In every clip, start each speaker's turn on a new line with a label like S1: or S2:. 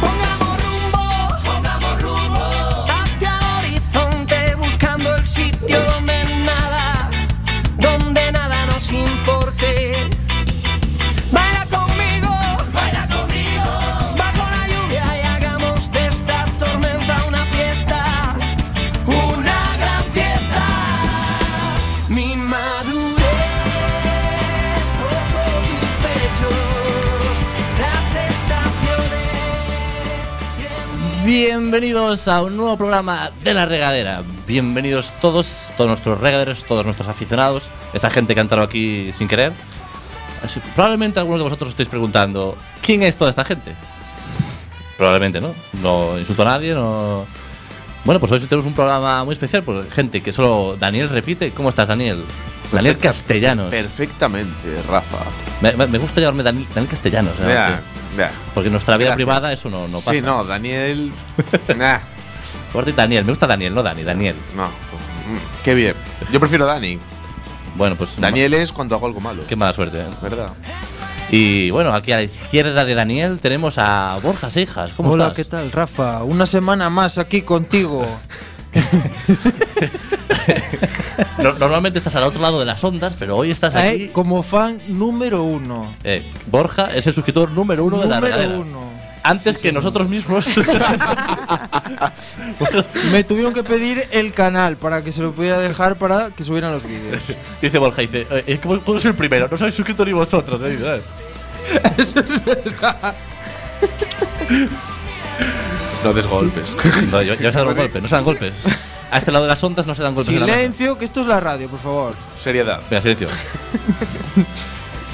S1: Pongamos rumbo, pongamos rumbo hacia el horizonte buscando el sitio donde nada, donde nada nos importe. Baila conmigo, baila conmigo bajo la lluvia y hagamos de esta tormenta una fiesta, una gran fiesta. Mi madurez tocó tus pechos, las estaciones.
S2: Bienvenidos a un nuevo programa de La Regadera. Bienvenidos todos, todos nuestros regaderos, todos nuestros aficionados, esa gente que ha entrado aquí sin querer. Así- Probablemente algunos de vosotros os estéis preguntando, ¿quién es toda esta gente? Probablemente, ¿no? No insulto a nadie, no... Bueno, pues hoy tenemos un programa muy especial, por gente que solo Daniel repite. ¿Cómo estás, Daniel? Daniel Castellanos.
S3: Perfectamente, Rafa.
S2: Me, me- me gusta llamarme Daniel, Daniel Castellanos, ¿eh?
S3: Vea, vea.
S2: porque en nuestra vida
S3: Gracias.
S2: privada eso no, no pasa.
S3: Sí, no, Daniel. nah,
S2: Aparte, Daniel, me gusta Daniel, no Dani, Daniel.
S3: no. Mm, Qué bien. Yo prefiero Dani.
S2: Bueno, pues
S3: Daniel es cuando hago algo malo.
S2: Qué mala suerte. ¿eh?
S3: ¿Verdad?
S2: Y bueno, aquí a la izquierda de Daniel tenemos a Borja Seijas. ¿Cómo
S4: Hola, ¿qué
S2: estás?
S4: tal, Rafa? Una semana más aquí contigo.
S2: No- normalmente estás al otro lado de las ondas, pero hoy estás
S4: Eh,
S2: aquí.
S4: Como fan número uno.
S2: Eh, Borja es el suscriptor número uno de la regadera.
S4: número uno.
S2: Antes que nosotros mismos.
S4: Me tuvieron que pedir el canal para que se lo pudiera dejar para que subieran los vídeos.
S2: dice Borja, dice, "Eh, es que vos- puedo ser el primero, no sois suscriptor ni vosotros. ¿eh? Eso es
S3: No des golpes.
S2: No, ya, ya se dan golpes, no se dan golpes. A este lado de las ondas no se dan golpes. en la mesa.
S4: Silencio, que esto es la radio, por favor.
S3: Seriedad.
S2: Venga, silencio.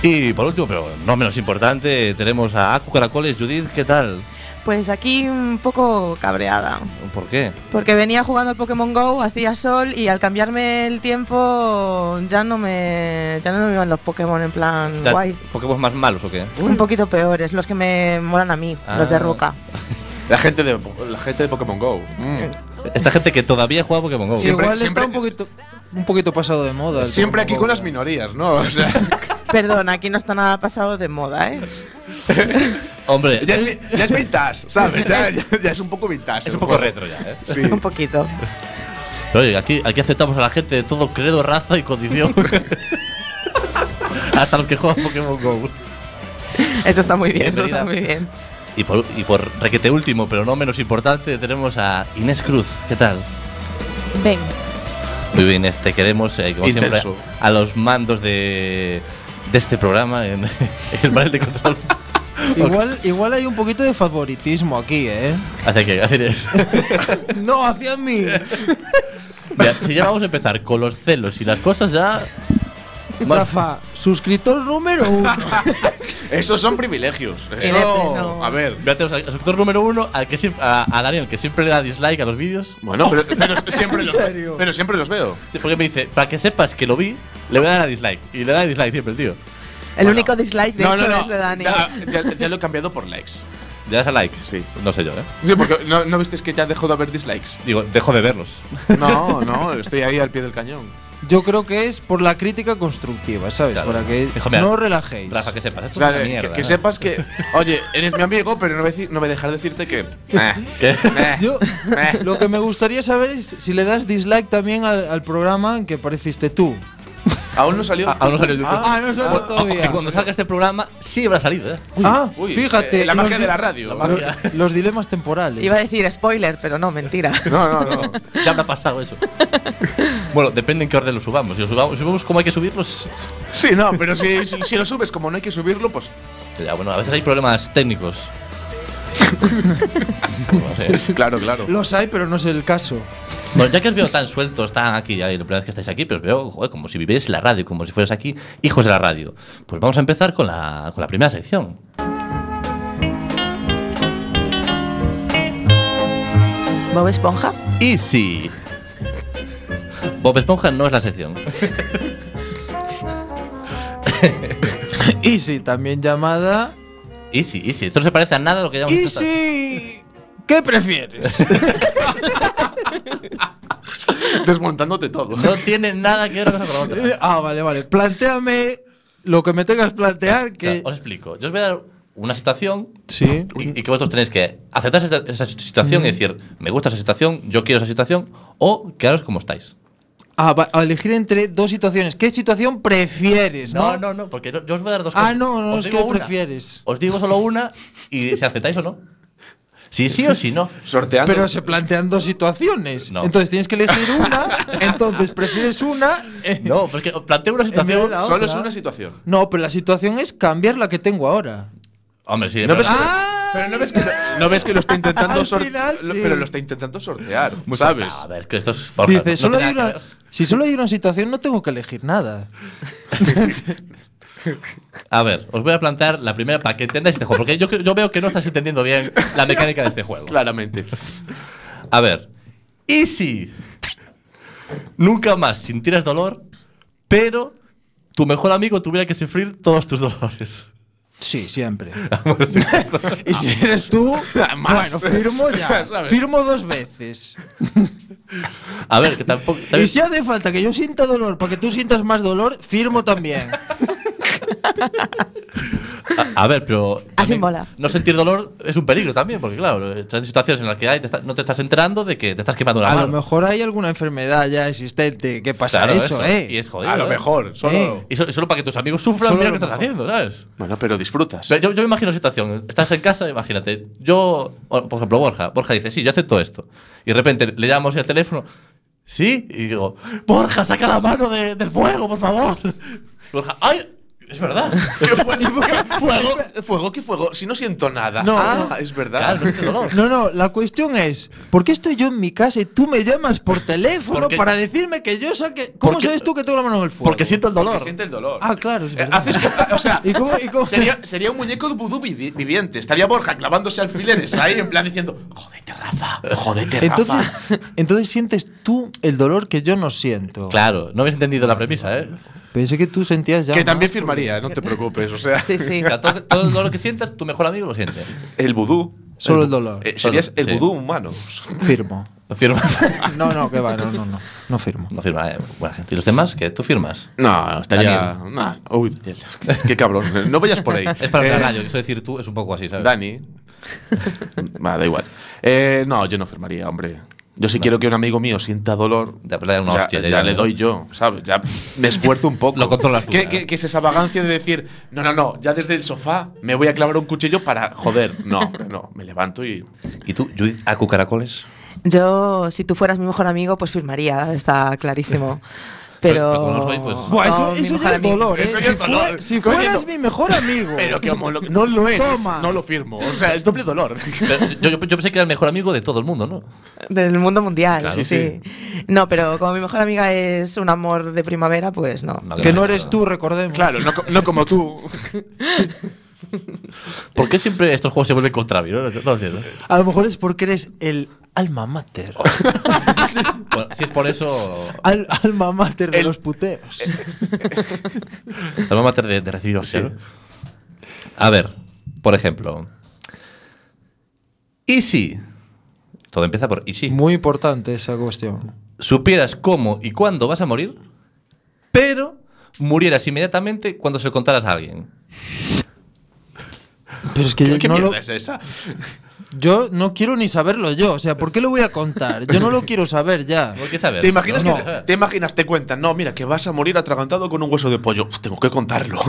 S2: y por último, pero no menos importante, tenemos a Aku Caracoles. Judith, ¿qué tal?
S5: Pues aquí un poco cabreada.
S2: ¿Por qué?
S5: Porque venía jugando al Pokémon Go, hacía sol y al cambiarme el tiempo ya no me ya no me iban los Pokémon en plan
S2: Ya,
S5: guay.
S2: ¿Pokémon más malos o qué?
S5: Un poquito peores, los que me molan a mí, los
S2: Ah.
S5: de Roca.
S3: La gente de, la gente de Pokémon Go. Mm.
S2: Esta gente que todavía juega a Pokémon Go.
S3: Siempre-
S4: Igual
S3: siempre-
S4: está un poquito, un poquito pasado de moda. el
S3: Siempre aquí
S4: Pokémon
S3: con
S4: Go.
S3: las minorías, ¿no? O sea,
S5: Perdón, aquí no está nada pasado de moda, ¿eh?
S2: Hombre,
S3: ya, es, vi- ya es vintage, ¿sabes? Ya, ya- ya es un poco vintage.
S2: es
S3: el
S2: un poco
S3: juego.
S2: retro ya, ¿eh?
S3: Sí.
S5: Un poquito.
S2: Pero oye, aquí, aquí aceptamos a la gente de todo credo, raza y condición. Hasta los que juegan Pokémon Go.
S5: Eso está muy bien, eso está
S2: Bienvenida.
S5: muy bien.
S2: Y por, y por requete último, pero no menos importante, tenemos a Inés Cruz. ¿Qué tal?
S5: Ven.
S2: Muy bien, Inés, te queremos, eh, como
S3: Intenso.
S2: siempre, a los mandos de, de este programa en, en el panel de control.
S4: Igual, igual hay un poquito de favoritismo aquí, ¿eh?
S2: Hace que hacer eso.
S4: no, hacia mí.
S2: Mira, si ya vamos a empezar con los celos y las cosas ya. Bueno,
S4: Rafa, suscriptor número uno.
S3: Esos son privilegios. Eso.
S5: pleno.
S3: A ver.
S2: Ya tenemos al al suscriptor número uno, al que siempre- a, a Daniel, que siempre le da dislike a los vídeos.
S3: Bueno, pero, pero siempre los,
S4: serio?
S3: pero siempre los veo.
S2: Porque me dice, para que sepas que lo vi, le voy a dar a dislike. Y le da a dislike siempre, el tío.
S5: El
S3: Bueno.
S5: único dislike de
S3: No,
S5: hecho
S3: no, no.
S5: es de Dani.
S3: Ya, ya- ya lo he cambiado por likes.
S2: Le das a like.
S3: Sí.
S2: No sé yo, ¿eh?
S3: Sí, porque no, no visteis que ya dejó de haber dislikes.
S2: Digo, dejo de verlos.
S3: No, no, estoy ahí al pie del cañón.
S4: Yo creo que es por la crítica constructiva, ¿sabes?
S2: Claro.
S4: Para que
S2: Hijo, mira,
S4: no os relajéis.
S2: Rafa, que sepas, esto
S3: O sea,
S2: es una
S3: que-
S2: mierda.
S3: que,
S2: ¿eh?
S3: sepas que, oye, eres mi amigo, pero no voy a, decir- no voy a dejar de decirte que. eh,
S2: ¿Qué?
S4: Yo, lo que me gustaría saber es si le das dislike también al, al programa en que apareciste tú.
S3: Aún no salió.
S2: Ah, aún no salió el YouTube.
S4: Ah, no salió
S2: O- o-
S4: todavía.
S2: que cuando salga este programa, sí habrá salido, ¿eh?
S4: ah,
S3: Uy,
S4: fíjate.
S3: eh, la
S4: los
S3: magia
S4: di-
S3: de la radio.
S2: la magia.
S4: los- Los dilemas temporales.
S5: Iba a decir spoiler, pero no, mentira.
S3: No, no, no.
S2: Ya habrá pasado eso. bueno, depende en qué orden lo subamos. Si lo subamos, subimos como hay que subirlos.
S3: Sí, no, pero si, si- si lo subes como no hay que subirlo, pues.
S2: Ya, bueno, a veces hay problemas técnicos. no sé.
S3: Claro, claro.
S4: Los hay, pero no es el caso.
S2: Bueno, ya que os veo tan sueltos, tan aquí, ya, y la primera vez que estáis aquí, pero os veo joder, como si vivierais en la radio, como si fuerais aquí hijos de la radio. Pues vamos a empezar con la, con la primera sección.
S5: ¿Bob Esponja?
S2: Y sí. Bob Esponja no es la sección.
S4: Y sí, también llamada
S2: Easy, easy. Esto no se parece a nada a lo que llamamos.
S4: Y si. ¿Qué prefieres?
S3: Desmontándote todo.
S2: No tiene nada que ver una cosa con la otra.
S4: ah, vale, vale. Plantéame lo que me tengas plantear
S2: O sea,
S4: que.
S2: Os explico. Yo os voy a dar una situación
S4: Sí.
S2: y, y que vosotros tenéis que aceptar esa, esa situación y decir, me gusta esa situación, yo quiero esa situación, o quedaros como estáis.
S4: Ah, va- a elegir entre dos situaciones. ¿Qué situación prefieres? No,
S2: No, no, no, porque yo yo os voy a dar dos
S4: Ah,
S2: cosas.
S4: no, no,
S2: Os
S4: es
S2: digo
S4: que
S2: una.
S4: prefieres.
S2: Os digo solo una y si aceptáis o no. Si sí o si no.
S3: Sorteando.
S4: Pero se plantean dos situaciones.
S2: No.
S4: Entonces tienes que elegir una. entonces prefieres una. eh,
S2: No, porque os planteo una
S4: en vez de
S2: situación.
S4: la
S3: Solo
S4: otra.
S3: es una situación.
S4: No, pero la situación es cambiar la que tengo ahora.
S2: Hombre, sí,
S3: No
S2: pero-
S3: ves que,
S4: Ah.
S3: pero no ves que, no ves que lo está intentando
S4: Al
S3: sortear.
S4: final, sí.
S3: Pero lo está intentando sortear, ¿sabes?
S2: A ver, que esto es. vamos a ver,
S4: Dice,
S2: no
S4: solo
S2: tiene
S4: hay
S2: nada que
S4: una. Si solo hay una situación, no tengo que elegir nada.
S2: ver. A ver, os voy a plantear la primera para que entendáis este juego. Porque yo, creo- yo veo que no estás entendiendo bien la mecánica de este juego.
S3: Claramente.
S2: A ver. ¿Y si nunca más sintieras dolor, pero tu mejor amigo tuviera que sufrir todos tus dolores?
S4: Sí, siempre. y si eres tú,
S3: Más.
S4: bueno, firmo ya.
S3: ¿Sabes?
S4: firmo dos veces.
S2: A ver, que tampoco.
S4: Y
S2: también-
S4: si hace falta que yo sienta dolor para que tú sientas más dolor, firmo también.
S2: A, a ver, pero. también
S5: mola.
S2: No sentir dolor es un peligro también, porque claro, son situaciones en las que hay, te está- no te estás enterando de que te estás quemando la
S4: A
S2: mano.
S4: lo mejor hay alguna enfermedad ya existente que pasa
S2: Claro,
S4: eso,
S2: eso,
S4: ¿eh?
S2: Y es jodido.
S3: A lo
S2: ¿eh?
S3: mejor, solo.
S2: Y so- y solo para que tus amigos sufran,
S4: Solo
S2: mira
S4: lo
S2: lo que estás
S4: mejor.
S2: haciendo, ¿sabes?
S3: Bueno, pero disfrutas.
S2: Pero yo, yo me imagino una situación. Estás en casa, imagínate. Yo, o, por ejemplo, Borja. Borja dice, sí, yo acepto esto. Y de repente le llamamos al teléfono. Sí. Y digo, Borja, saca la mano de- del fuego, por favor. Borja, ¡ay! Es verdad.
S3: ¿Qué fue- qué fuego? ¿Fuego? ¿Qué fuego? Si no siento nada.
S4: No.
S3: Ah, es verdad.
S2: Claro, no siento dolor.
S4: No, no, la cuestión es, ¿por qué estoy yo en mi casa y tú me llamas por teléfono
S2: ¿Por qué?
S4: para decirme que yo saque... ¿Cómo
S2: Porque-
S4: sabes tú que tengo la mano en el fuego?
S2: Porque siento el dolor.
S3: Porque siente el dolor.
S4: Ah, claro, es
S3: Eh,
S4: verdad.
S3: haces- o sea,
S4: ¿Y cómo- y cómo?
S3: Sería, sería un muñeco de vudú vivi- viviente. Estaría Borja clavándose alfileres ahí, en plan diciendo: Jodete, Rafa, jodete, Rafa.
S4: Entonces, entonces sientes tú el dolor que yo no siento.
S2: Claro, no habéis entendido la premisa, ¿eh?
S4: Pensé que tú sentías ya...
S3: que
S4: más.
S3: también firmaría, no te preocupes. O sea,
S5: Sí, sí.
S2: O sea, todo, todo el dolor que sientas, tu mejor amigo lo siente.
S3: el vudú.
S4: Solo el dolor.
S3: eh, serías
S2: Solo-
S3: el
S2: sí.
S3: vudú humano.
S4: Firmo.
S2: ¿Lo firmas?
S4: No, no, que va, no, no, no. No firmo.
S2: No firma, eh. Buena gente. ¿Y los demás? que ¿Tú firmas?
S3: No,
S2: estaría-
S3: Nah, uy, Daniel, qué, qué cabrón. No vayas por ahí.
S2: Es para
S3: Eh,
S2: la radio, quiso decir tú, es un poco así, ¿sabes?
S3: Dani. Va, da igual. Eh, no, yo no firmaría, hombre. Yo si quiero que un amigo mío sienta dolor,
S2: Ya, pero le da una
S3: ya,
S2: hostia,
S3: ya
S2: ya, ya.
S3: le doy yo, ¿sabes? Ya me esfuerzo un poco.
S2: Lo controlas tú,
S3: ¿Qué,
S2: ya.
S3: qué- qué es esa vagancia de decir, no, no, no, ya desde el sofá me voy a clavar un cuchillo para joder? No, no, me levanto y.
S2: ¿Y tú, Judith, a cucaracoles?
S5: Yo, si tú fueras mi mejor amigo, pues firmaría, está clarísimo. Pero.
S2: Pero como no soy, pues-
S4: Buah, eso,
S5: No, mi
S4: eso ya
S5: mejor
S4: es
S5: amigo.
S4: dolor, ¿eh?
S3: Eso ya
S4: si
S3: es dolor.
S4: fue- si
S3: Coño,
S4: fueras
S3: no.
S4: mi mejor amigo.
S3: Pero que homolo- no lo es,
S4: Toma.
S3: no lo firmo. O sea, es doble dolor.
S2: Pero yo, yo, yo pensé que era el mejor amigo de todo el mundo, ¿no?
S5: Del mundo mundial,
S3: Claro,
S5: sí, sí. No, pero como mi mejor amiga es un amor de primavera, pues no.
S4: que no eres tú, recordemos.
S3: Claro, no, co- no como tú.
S2: ¿Por qué siempre estos juegos se vuelven contra mí? No, No- no entiendo.
S4: A lo mejor es porque eres el alma mater.
S3: Oh.
S2: Bueno, si es por eso,
S4: Al- alma mater de
S3: El-
S4: los puteos.
S2: la mamá de, de recibir hostia, ¿no? A ver, por ejemplo. ¿Y si? Todo empieza por ¿y si?
S4: Muy importante esa cuestión.
S2: Supieras cómo y cuándo vas a morir, pero murieras inmediatamente cuando se lo contaras a alguien.
S4: Pero es que
S3: ¿Qué,
S4: yo
S3: qué
S4: no,
S3: mierda
S4: lo-
S3: es esa?
S4: yo no quiero ni saberlo yo. O sea, ¿por qué lo voy a contar? Yo no lo quiero saber ya.
S2: ¿Por qué saber?
S3: ¿Te imaginas,
S4: No.
S3: que te, te imaginas, te cuentan, no, mira, que vas a morir atragantado con un hueso de pollo. Uf, tengo que contarlo.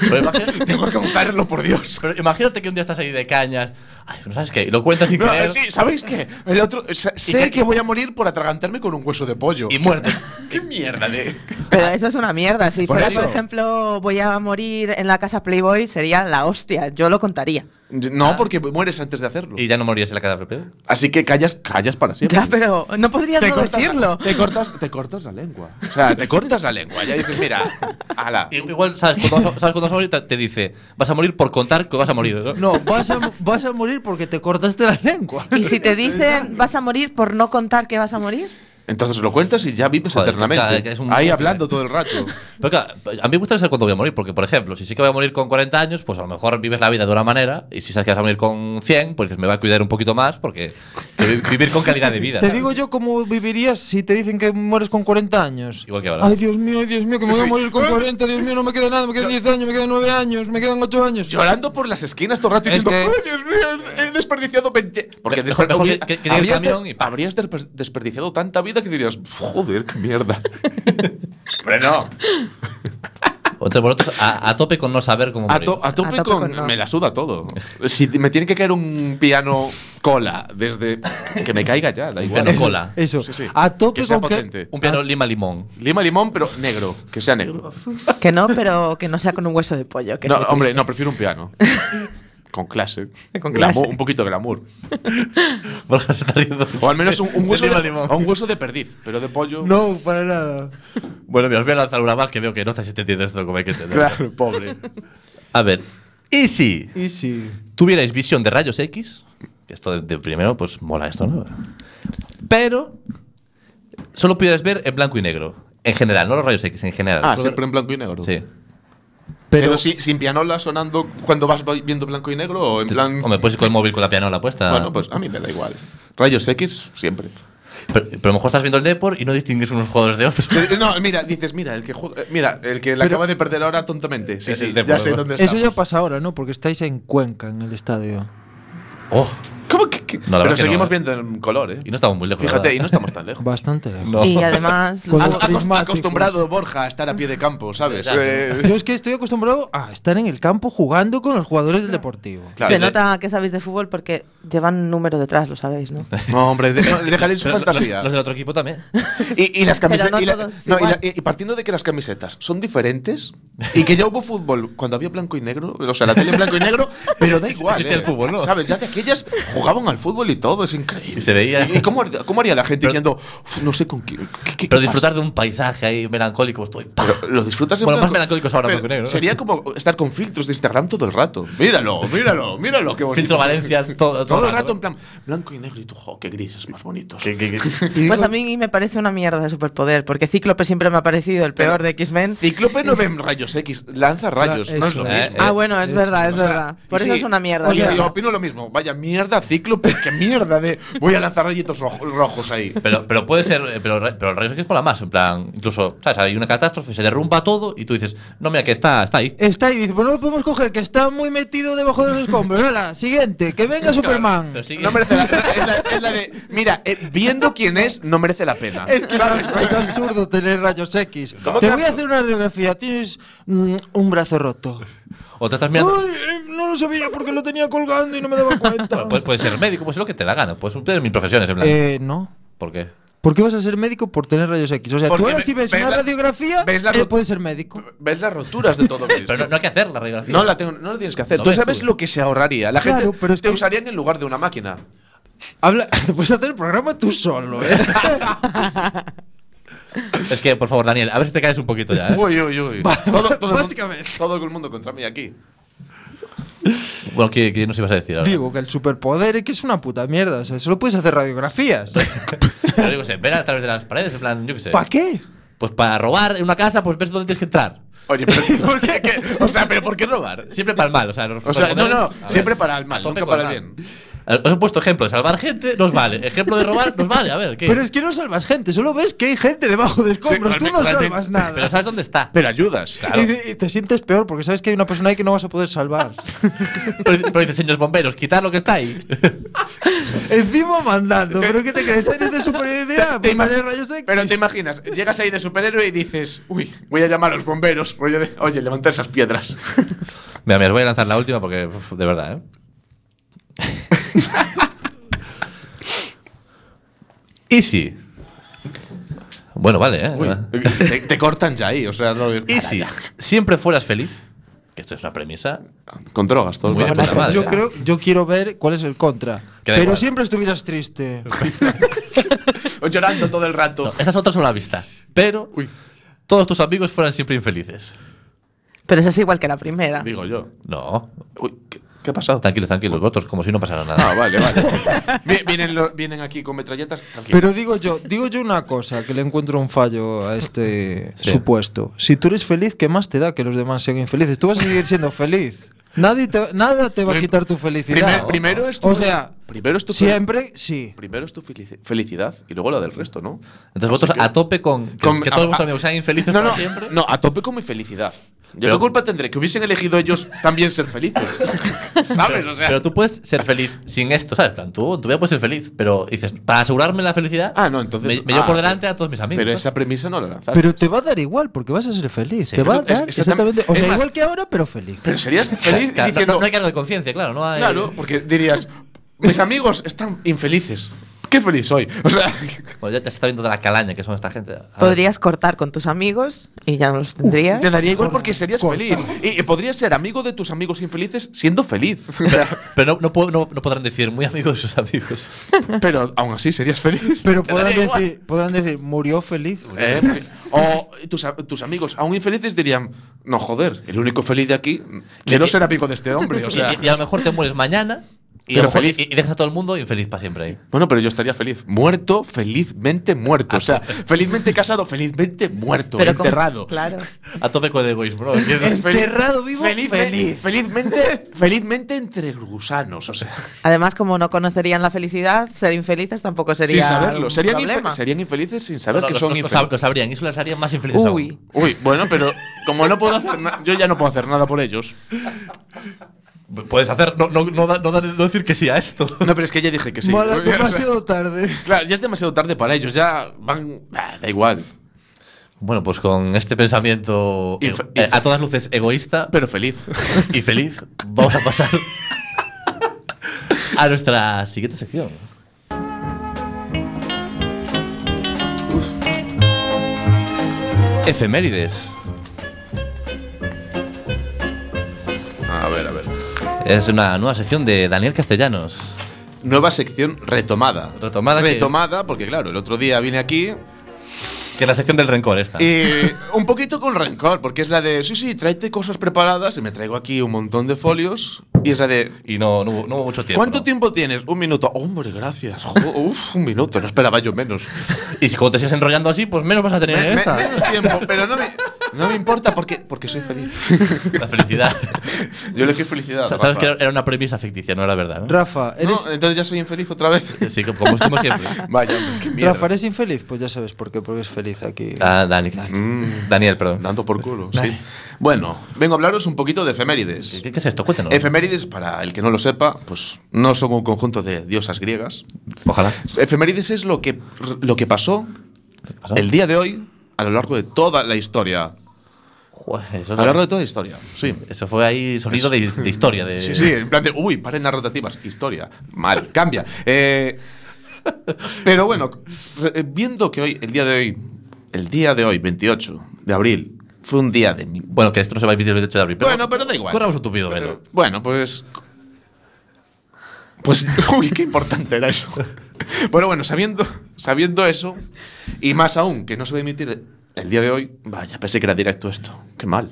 S2: Pero imagínate-
S3: tengo que contarlo, por Dios.
S2: Pero imagínate que un día estás ahí de cañas. Ay, no sabes qué, y lo cuentas sin
S3: No,
S2: querer.
S3: eh, sí, ¿sabéis qué? El otro, sa- sé que voy a morir por atragantarme con un hueso de pollo.
S2: Y muerto.
S3: ¿Qué mierda de...?
S5: Pero
S2: Ah.
S5: eso es una mierda. Si
S3: Por
S5: fuera,
S3: eso.
S5: por ejemplo, voy a morir en la casa Playboy, sería la hostia. Yo lo contaría.
S3: No, porque mueres antes de hacerlo.
S2: Y ya no morías en la cara de PP.
S3: Ah. Así que callas, callas para siempre.
S5: Ya, pero no podrías no decirlo.
S3: Te cortas, te cortas la lengua. O sea, te cortas la lengua. Ya dices, mira, ala.
S2: I- Igual, ¿sabes? Cuando vas a, sabes cuándo vas a morir, te, te dice, vas a morir por contar que vas a morir. ¿no?
S4: No, vas a, vas a morir porque te cortaste la lengua.
S5: Y si te dicen vas a morir por no contar que vas a morir,
S3: Entonces lo cuentas y ya vives
S2: Joder,
S3: eternamente.
S2: claro, que es un-
S3: Ahí hablando todo el rato.
S2: Pero claro, a mí me gusta saber cuándo voy a morir, porque por ejemplo, si sí que voy a morir con 40 años, pues a lo mejor vives la vida de una manera, y si sabes que vas a morir con 100, pues dices, me va a cuidar un poquito más, porque que vi- vivir con calidad de vida.
S4: Te digo yo cómo vivirías si te dicen que mueres con 40 años.
S2: Igual que ahora.
S4: Ay, Dios mío, ay, Dios mío, que me voy a morir con 40, Dios mío, no me queda nada, me quedan 10 años, me quedan 9 años, me quedan 8 años.
S3: Llorando por las esquinas todo el rato y
S4: Es
S3: diciendo,
S4: que-
S3: "Ay, Dios mío, he he desperdiciado 20. Porque
S2: Mejor-
S3: desper-
S2: mejor
S3: hubi-
S2: que- que llegue el
S3: habrías de-
S2: camión y pa.
S3: habrías desper- desperdiciado tanta vida que dirías, joder, qué mierda. Hombre, no.
S2: Entonces vosotros a, a tope con no saber cómo
S3: A,
S2: morir.
S3: to- a tope
S5: tope
S3: con.
S5: con no.
S3: Me la suda todo. Si me tiene que caer un piano cola desde. Que me caiga ya, da
S2: Un
S3: igual. Eh,
S2: piano cola.
S4: Eso,
S3: Sí, sí.
S4: a tope
S3: Que sea
S4: con que-
S3: potente.
S2: Un piano lima limón.
S3: Lima limón, pero negro. Que sea negro.
S5: Que no, pero que no sea con un hueso de pollo. Que es
S3: No,
S5: muy
S3: hombre, no, prefiero un piano. Con clase.
S5: Con
S3: Glamour,
S5: clase.
S3: un poquito de glamour.
S2: Borja se está riendo.
S3: O al menos un, un
S2: De
S3: hueso,
S2: lima
S3: de,
S2: limón.
S3: o un hueso de perdiz, pero de pollo.
S4: No, para nada.
S2: Bueno, mira, os voy a lanzar una más que veo que no estáis entendiendo esto como hay que entender.
S3: Claro, pobre.
S2: A ver, ¿y si
S4: Y sí.
S2: tuvierais visión de rayos X? Que esto de, de primero, pues mola esto, ¿no? Pero solo pudierais ver en blanco y negro. En general, no los rayos X, en general.
S3: Ah,
S2: Solo
S3: siempre
S2: ver-
S3: en blanco y negro.
S2: Sí.
S3: Pero, sin, sin pianola sonando cuando vas viendo blanco y negro o en plan.
S2: O me puedes ir con el móvil con la pianola puesta.
S3: Bueno, pues a mí me da igual. Rayos X, siempre.
S2: Pero, pero a lo mejor estás viendo el Depor y no distingues unos jugadores de otros.
S3: Sí, No, mira, dices, mira, el que juega- eh, mira, el que la
S4: Pero-
S3: acaba de perder ahora tontamente. Sí,
S2: Es
S3: sí,
S2: el
S3: ya
S2: Depor,
S3: sé
S2: ¿no?
S3: dónde está.
S4: Eso ya pasa ahora, ¿no? Porque estáis en Cuenca, en el estadio.
S2: Oh,
S3: ¿Cómo que, que-
S2: No, la verdad
S3: pero
S2: que no,
S3: seguimos
S2: eh.
S3: viendo en color, ¿eh?
S2: y no estamos muy lejos.
S3: Fíjate,
S2: ¿verdad?
S3: y no estamos tan lejos.
S4: Bastante lejos.
S2: No.
S5: Y además,
S4: Con
S5: lo-
S4: los
S3: Ac- acos-
S4: prismáticos.
S3: acostumbrado Borja a estar a pie de campo, ¿sabes?
S2: Ya, ya.
S3: Eh,
S4: Yo es que estoy acostumbrado a estar en el campo jugando con los jugadores del Deportivo.
S3: claro.
S5: se nota que sabéis de fútbol porque llevan un número detrás, lo sabéis, ¿no?
S3: No, hombre, de- no, déjale en su
S2: Pero los-
S3: fantasía.
S2: Los del otro equipo también.
S3: Y, y las
S5: Pero
S3: camisetas.
S5: no
S3: y, la-
S5: todos
S3: no, y la-
S5: igual.
S3: y- y partiendo de que las camisetas son diferentes y que ya hubo fútbol cuando había blanco y negro, o sea, la tele en blanco y negro, pero da igual.
S2: Existe
S3: ¿eh?
S2: el fútbol, ¿no?
S3: ¿Sabes? Ya de aquellas jugaban al fútbol y todo, es increíble.
S2: Y se veía.
S3: ¿Y, y cómo, cómo haría la gente
S2: Pero-
S3: diciendo, "Uf, no sé con quién?
S2: Pero
S3: ¿qué- qué- qué pasa?".
S2: disfrutar de un paisaje ahí melancólico, pues, estoy. ¡pah!
S3: Pero lo disfrutas en
S2: Bueno,
S3: blanco-
S2: más melancólicos ahora,
S3: Pero
S2: blanco y negro, ¿no?
S3: Sería como estar con filtros de Instagram todo el rato. Míralo, míralo, míralo. Qué bonito.
S2: Filtro Valencia todo, todo,
S3: Todo el rato
S2: ¿no?
S3: en plan blanco y negro y tú, jo, qué grises más bonitos.
S2: Que- que- que-
S5: Pues a mí me parece una mierda de superpoder, porque Cíclope siempre me ha parecido el peor
S3: Pero-
S5: de X-Men.
S3: Cíclope no ve rayos X, lanza rayos, no es
S4: eso
S3: lo
S2: es.
S3: mismo.
S2: Eh,
S5: Ah, bueno, es
S4: es-
S5: verdad, es
S3: O sea,
S5: verdad. Por
S3: y
S5: eso
S3: sí,
S5: es una mierda.
S3: o sea,
S5: es
S3: yo
S5: verdad.
S3: opino lo mismo. Vaya mierda, Cíclope, qué mierda de. Voy a lanzar rayitos rojo- rojos ahí.
S2: Pero, pero puede ser, eh, pero, ra- pero el rayos X mola más, en plan, incluso, ¿sabes? Hay una catástrofe, se derrumba todo y tú dices, no, mira, que está, está ahí.
S4: Está ahí, dice, pues no lo podemos coger, que está muy metido debajo de los escombros. Hala, siguiente, que venga Superman.
S2: Pero sigue-
S3: No merece la pena. Es la, es la de. Mira, eh, viendo quién es, no merece la pena.
S4: Es que es abs- es absurdo tener rayos X.
S3: ¿Cómo
S4: Te
S3: que
S4: voy a hacer una radiografía, tienes mm, un brazo roto.
S2: o te estás
S4: Ay,
S2: mirando.
S4: eh, no lo sabía porque lo tenía colgando y no me daba cuenta.
S2: Bueno, puede, puede ser médico, puede ser lo que te la gana, puedes tener mil profesiones, en
S3: pues,
S2: plan.
S4: Eh, no.
S2: ¿Por qué?
S4: ¿Por qué vas a ser médico por tener rayos X? O sea,
S3: Porque
S4: tú ahora
S3: ve-
S4: si ves,
S3: ves
S4: una
S3: la-
S4: radiografía,
S3: ves la
S4: eh,
S3: rot-
S4: puedes ser médico.
S3: ¿Ves las roturas de todo esto?
S2: Pero no, no hay que hacer la radiografía.
S3: No la tengo, no lo tienes que hacer.
S2: Lo
S3: tú
S2: ves
S3: sabes
S2: tú.
S3: lo que se ahorraría. La
S4: Claro,
S3: gente
S4: pero es
S3: te
S4: que-
S3: usarían en lugar de una máquina.
S4: Habla, puedes hacer el programa tú solo, ¿eh?
S2: Es que, por favor, Daniel, a ver si te caes un poquito ya. ¿eh?
S3: Uy, uy, uy. Todo, todo,
S4: básicamente.
S3: todo el mundo contra mí aquí.
S2: Bueno, ¿qué, qué nos ibas a decir ahora?
S4: Digo que el superpoder es que es una puta mierda. O sea, solo puedes hacer radiografías.
S2: Pero digo, se ver a través de las paredes, en plan, yo qué sé.
S4: ¿Para qué?
S2: Pues para robar en una casa, pues ves dónde tienes que entrar.
S3: Oye, pero ¿por qué? ¿Qué? O sea, ¿pero por qué robar?
S2: Siempre para el mal, o sea, los
S3: O sea, no, no,
S2: superpoderes- a ver.
S3: siempre para el mal,
S2: A tope
S3: nunca
S2: con
S3: para el
S2: mal.
S3: bien.
S2: A ver, Os he puesto ejemplo de salvar gente, nos vale. Ejemplo de robar, nos vale. A ver, ¿qué?
S4: Pero es que no salvas gente, solo ves que hay gente debajo de escombros. Tú no
S3: realmente-
S4: salvas nada.
S2: Pero ¿sabes dónde está?
S3: Pero ayudas.
S4: Y, de- y te sientes peor porque sabes que hay una persona ahí que no vas a poder salvar.
S2: Pero, dice- pero dicen, señores bomberos, quitar lo que está ahí.
S4: Encima mandando. ¿Pero qué te crees? ¿Eres de supervivencia?
S3: Te
S4: Pues
S3: imag-
S4: eres rayos X.
S3: Pero te imaginas, llegas ahí de superhéroe y dices, uy, voy a llamar a los bomberos. rollo de, Oye, levanta esas piedras.
S2: Mira, mira, os voy a lanzar la última porque, uf, de verdad, ¿eh? ¿Y si? Bueno, vale, ¿eh?
S3: te, te cortan ya ahí, o sea, no.
S2: ¿Y si siempre fueras feliz? Que esto es una premisa.
S3: Con drogas, todo el
S2: Muy de
S3: rato.
S2: puta madre.
S4: Yo creo, yo quiero ver cuál es el contra.
S2: Que da
S4: Pero
S2: igual.
S4: siempre estuvieras triste.
S3: O Llorando todo el rato.
S2: No, estas otras son la vista. Pero
S3: Uy.
S2: todos tus amigos fueran siempre infelices.
S5: Pero eso es igual que la primera.
S3: Digo yo.
S2: No.
S3: Uy, ¿qué? ¿Qué ha pasado?
S2: Tranquilo, tranquilo, vosotros, como si no pasara nada.
S3: Ah, vale, vale. Vi- vienen, lo- vienen aquí con metralletas. tranquilo.
S4: Pero digo yo, digo yo una cosa, que le encuentro un fallo a este
S2: Sí.
S4: supuesto. Si tú eres feliz, ¿qué más te da que los demás sean infelices? Tú vas a seguir siendo feliz. Nadie te- nada te va a
S3: Prim-
S4: quitar tu
S3: Primer-
S4: felicidad.
S3: primero es tu,
S4: O sea,
S3: primero es tu
S4: siempre sí.
S3: Primero es tu felici- felicidad y luego la del resto, ¿no?
S2: Entonces vosotros a tope con que,
S3: Con-
S2: que todos
S3: a-
S2: vuestros
S3: a-
S2: amigos sean infelices
S3: No,
S2: para
S3: no,
S2: siempre.
S3: no, a tope con mi felicidad. Yo
S2: Pero-
S3: qué culpa tendré que hubiesen elegido ellos también ser felices. ¿Sabes? O sea,
S2: Pero tú puedes ser feliz sin esto, ¿sabes? En plan, tú, tu vida puedes ser feliz, pero dices, para asegurarme la felicidad,
S3: Ah, no, entonces-
S2: me, me llevo
S3: ah,
S2: por
S3: pero-
S2: delante a todos mis amigos.
S3: pero
S2: ¿no?
S3: esa premisa no la lanzaste.
S4: Pero te va a dar igual, porque vas a ser feliz.
S2: Sí,
S4: te va a
S3: pero es-
S4: dar
S3: exactam-
S4: exactamente. O
S3: es
S4: sea,
S3: más-
S4: igual que ahora, pero feliz.
S3: Pero serías
S2: Claro,
S3: feliz
S2: no-
S3: diciendo.
S2: no, no hay cargo de conciencia, claro, no hay.
S3: Claro, porque dirías, mis amigos están infelices. Qué feliz soy. O sea,
S2: Bueno, Pues ya, ya se está viendo de la calaña que son esta gente. A ver.
S5: Podrías cortar con tus amigos y ya no los tendrías.
S3: te daría igual porque serías feliz. Y, y podrías ser amigo de tus amigos infelices siendo feliz. O sea,
S2: Pero no, no, puedo- no- no podrán decir muy amigos de sus amigos.
S3: pero aún así serías feliz.
S4: Pero
S3: Te daría
S4: podrán
S3: igual.
S4: decir, podrán decir, murió feliz.
S3: Eh, o tus, a- tus amigos aún infelices dirían, no joder, el único feliz de aquí, quiero ser amigo de este hombre. O sea,
S2: y, y a lo mejor te mueres mañana y, a
S3: Pero
S2: lo mejor-
S3: feliz.
S2: y- y dejas a todo el mundo infeliz para siempre ahí.
S3: bueno, pero yo estaría feliz. Muerto, felizmente muerto. O sea, felizmente casado, felizmente muerto,
S5: con-
S3: enterrado.
S5: Claro.
S2: A tope con el egoísmo, ¿no?
S3: Fel-
S2: ¿Entiendes?
S4: Enterrado vivo,
S3: felizme-
S4: feliz.
S3: Felizmente, felizmente entre gusanos, o sea.
S5: Además, como no conocerían la felicidad, ser infelices tampoco sería.
S3: sin saberlo.
S5: un
S3: Serían, infe-
S5: problema.
S3: serían infelices sin
S2: No,
S3: saber
S2: no,
S3: que
S2: lo-
S3: son
S2: lo- lo sab-
S3: infelices.
S2: lo sabrían, y eso les haría más infelices
S5: Uy.
S2: aún.
S3: Uy, bueno, pero como no puedo hacer nada, yo ya no puedo hacer nada por ellos.
S2: P- Puedes hacer, no, no, no, da- no da- no decir que sí a esto.
S3: No, pero es que ya dije que sí.
S4: Mola
S3: O sea,
S4: demasiado tarde.
S3: Claro, ya es demasiado tarde para ellos, ya van. Ah, da igual,
S2: Bueno, pues con este pensamiento eh,
S3: Inf-
S2: eh,
S3: inf-
S2: a todas luces egoísta
S3: pero feliz.
S2: y feliz, vamos a pasar a nuestra siguiente sección. Efemérides.
S3: A ver, a ver.
S2: Es una nueva sección de Daniel Castellanos.
S3: Nueva sección retomada.
S2: Retomada que-
S3: Retomada, porque claro, el otro día vine aquí
S2: Que es la sección del rencor esta.
S3: Eh,
S2: Ah.
S3: un poquito con rencor, porque es la de, sí, sí, tráete cosas preparadas y me traigo aquí un montón de folios. Y es la de,
S2: Y no, no, hubo, no hubo mucho tiempo.
S3: ¿cuánto
S2: ¿no?
S3: tiempo tienes? Un minuto. Hombre, gracias. Jo, Uf, un minuto, no esperaba yo menos.
S2: Y si cuando te sigues enrollando así, pues menos vas a tener
S3: Me-
S2: en
S3: me-
S2: esta.
S3: menos tiempo, pero no me, no me importa porque, porque soy feliz.
S2: La felicidad.
S3: Yo elegí felicidad.
S2: Sa- Sabes
S3: Rafa.
S2: que era una premisa ficticia, no era verdad, ¿no?
S4: Rafa,
S3: No,
S4: eres.
S3: entonces ya soy infeliz otra vez.
S2: Sí, como, como siempre.
S3: Vaya, hombre, qué mierda.
S4: Rafa, ¿eres infeliz? Pues ya sabes por qué, porque es feliz aquí.
S2: Ah, Dani.
S3: Mm.
S2: Daniel, perdón.
S3: Dando por culo, sí. Bueno, vengo a hablaros un poquito de efemérides.
S2: ¿Qué, qué es esto? Cuéntanos.
S3: Efemérides, para el que no lo sepa, pues no son un conjunto de diosas griegas.
S2: Ojalá.
S3: Efemérides es lo que, lo que pasó el día de hoy a lo largo de toda la historia.
S2: Joder, eso,
S3: A lo largo de toda la historia, sí.
S2: eso fue ahí sonido de, de historia. De,
S3: Sí, sí, en plan de, uy, paren las rotativas, historia. Mal, cambia. Eh, pero bueno, re- eh, viendo que hoy, el día de hoy, el día de hoy, 28 de abril, fue un día de... mi-
S2: Bueno, que esto no se va a emitir el 28 de abril. Pero
S3: Bueno, pero da igual.
S2: Corramos un tupido
S3: Pero,
S2: velo.
S3: Bueno, pues. Pues. Uy, qué importante era eso. Pero bueno, sabiendo, sabiendo eso, y más aún que no se va a emitir el día de hoy, vaya, pensé que era directo esto. Qué mal.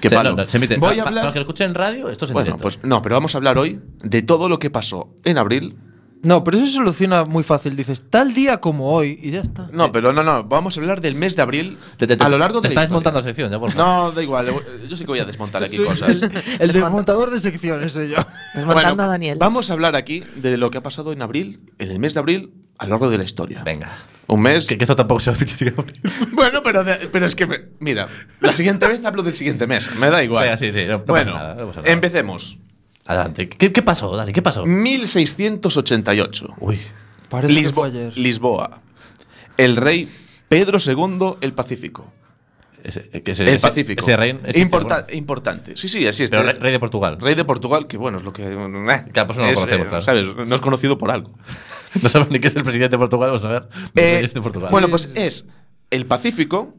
S3: Qué
S2: O sea,
S3: malo.
S2: no, no, se emite.
S3: Voy
S2: Pa-
S3: a
S2: pa- Para los
S3: hablar.
S2: que lo escuchen en radio, esto es en
S3: Bueno,
S2: directo.
S3: pues no, pero vamos a hablar hoy de todo lo que pasó en abril.
S4: No, pero eso se soluciona muy fácil. Dices, tal día como hoy, y ya está.
S3: No, pero no, no, vamos a hablar del mes de abril
S2: Te- te- te-
S3: a lo largo
S2: te
S3: de la
S2: estás
S3: historia.
S2: desmontando la sección, ya por favor.
S3: No, da igual, yo sí que voy a desmontar aquí cosas.
S4: El desmontador de secciones soy yo.
S5: Desmontando
S3: Bueno,
S5: a Daniel.
S3: Vamos a hablar aquí de lo que ha pasado en abril, en el mes de abril, a lo largo de la historia.
S2: Venga.
S3: Un mes.
S2: Que, que esto tampoco se va a emitir en abril.
S3: Bueno, pero, de- pero es que. me- mira, la siguiente vez hablo del siguiente mes. Me da igual.
S2: Venga, sí, sí, no- no
S3: bueno,
S2: pasa nada, no pasa nada.
S3: empecemos.
S2: Adelante. ¿Qué, qué pasó, Dani? ¿Qué pasó?
S3: Mm. 1688.
S2: Uy.
S4: Parece que
S3: Lisbo-
S4: fue ayer.
S3: Lisboa. El rey Pedro II el Pacífico.
S2: Ese- eh, que ese-
S3: el
S2: ese-
S3: Pacífico.
S2: Ese rey. existe,
S3: Importa-
S2: bueno.
S3: Importante. Sí, sí, así es.
S2: Pero rey, rey de Portugal.
S3: Rey de Portugal, que bueno, es lo que.
S2: Claro, pues no lo
S3: es,
S2: conocemos,
S3: eh,
S2: claro.
S3: ¿Sabes? No es conocido por algo.
S2: No sabemos ni qué es el presidente de Portugal, vamos a ver.
S3: Eh,
S2: Reyes de Portugal.
S3: Bueno, pues es el Pacífico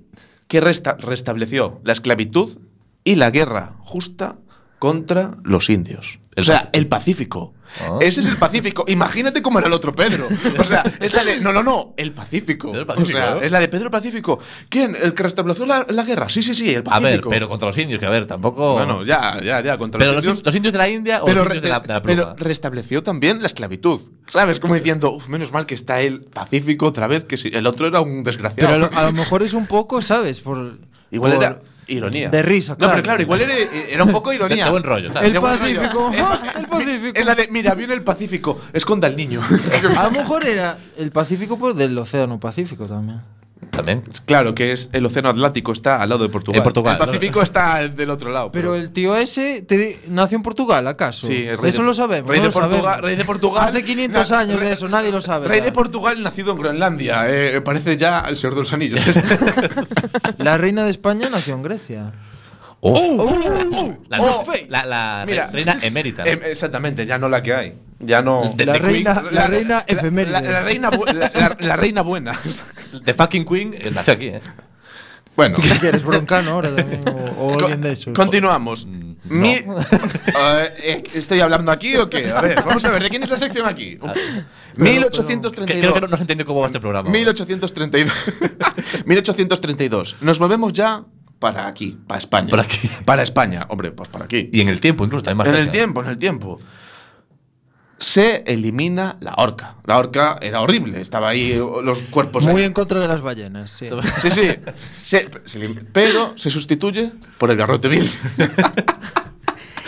S3: que resta- restableció la esclavitud y la guerra justa contra los indios.
S2: El
S3: o sea,
S2: Paci-
S3: el Pacífico.
S2: Ah.
S3: Ese es el Pacífico. Imagínate cómo era el otro Pedro. O sea, es la de. No, no, no. El Pacífico.
S2: Pedro el Pacífico,
S3: o sea,
S2: ¿no?
S3: es la de Pedro el Pacífico. ¿Quién? ¿El que restableció la, la guerra? Sí, sí, sí, el
S2: A ver,
S3: Pacífico.
S2: pero contra los indios, que a ver, tampoco.
S3: Bueno, ya, ya, ya. Contra
S2: pero los,
S3: los indios.
S2: in- los indios de la India o
S3: pero,
S2: los indios de la,
S3: re- eh,
S2: de la
S3: pero
S2: pluma.
S3: restableció también la esclavitud. ¿Sabes? Como diciendo, "Uf, menos mal que está el Pacífico otra vez, que si- el otro era un desgraciado.
S4: Pero a lo, a lo mejor es un poco, ¿sabes? Por,
S3: igual
S4: por-
S3: era ironía.
S4: de risa,
S3: No,
S6: claclaro.
S3: pero claro, igual era, era un poco
S2: de,
S3: ironía.
S2: de buen rollo, ¿sabes?
S4: El
S3: de buen
S4: Pacífico.
S3: rollo.
S4: ¡Ah, el Pacífico!
S3: Es la de, mira, viene el Pacífico, esconda al niño.
S4: A lo mejor era el Pacífico por del Océano Pacífico también.
S2: También.
S3: Claro, que es el Océano Atlántico está al lado de Portugal.
S2: En Portugal,
S3: El Pacífico está del otro lado.
S4: Pero el tío ese te- nació en Portugal, ¿acaso?
S3: Sí, es rey
S4: eso
S3: de-
S4: lo sabemos.
S3: rey
S4: no
S3: de
S4: lo
S3: Portugal-
S4: sabemos.
S3: rey de Portugal.
S4: Hace 500
S3: Na-
S4: años
S3: rey-
S4: de eso, nadie lo sabe.
S3: Rey
S4: ya.
S3: de Portugal nacido en Groenlandia. eh, parece ya el Señor de los Anillos.
S4: La reina de España nació en Grecia.
S2: Oh, La,
S3: Oh,
S2: la, la
S3: mira.
S2: re- reina emérita.
S3: Em, exactamente, ya no la que hay. Ya no.
S2: De-
S4: La
S2: de
S4: reina,
S3: Quick.
S4: la reina efeméride.
S3: La, la reina, bu- la- la- la reina buena.
S2: The fucking queen eh, nació aquí, ¿eh?
S3: bueno.
S4: ¿Qué quieres, broncano ahora también? O, o alguien de esos.
S3: Continuamos.
S2: Mm,
S3: Mi- Eh, eh, ¿Estoy hablando aquí o qué? A ver, vamos a ver, ¿de quién es la sección aquí?
S2: Que- creo que
S3: 1832.
S2: no, no se entiende cómo va este programa.
S3: 1832. 1832. Nos movemos ya para aquí, para España.
S2: Para aquí.
S3: Para España. Hombre, pues para aquí.
S2: Y en el tiempo, incluso, también más
S3: en el
S2: cerca. ¿eh?
S3: tiempo, en el tiempo. Se elimina la horca. La horca era horrible. Estaba ahí o- los cuerpos.
S4: Muy
S3: ahí.
S4: en contra de las ballenas, sí.
S3: Sí, sí. Se- se elim- pero se sustituye por el garrote vil.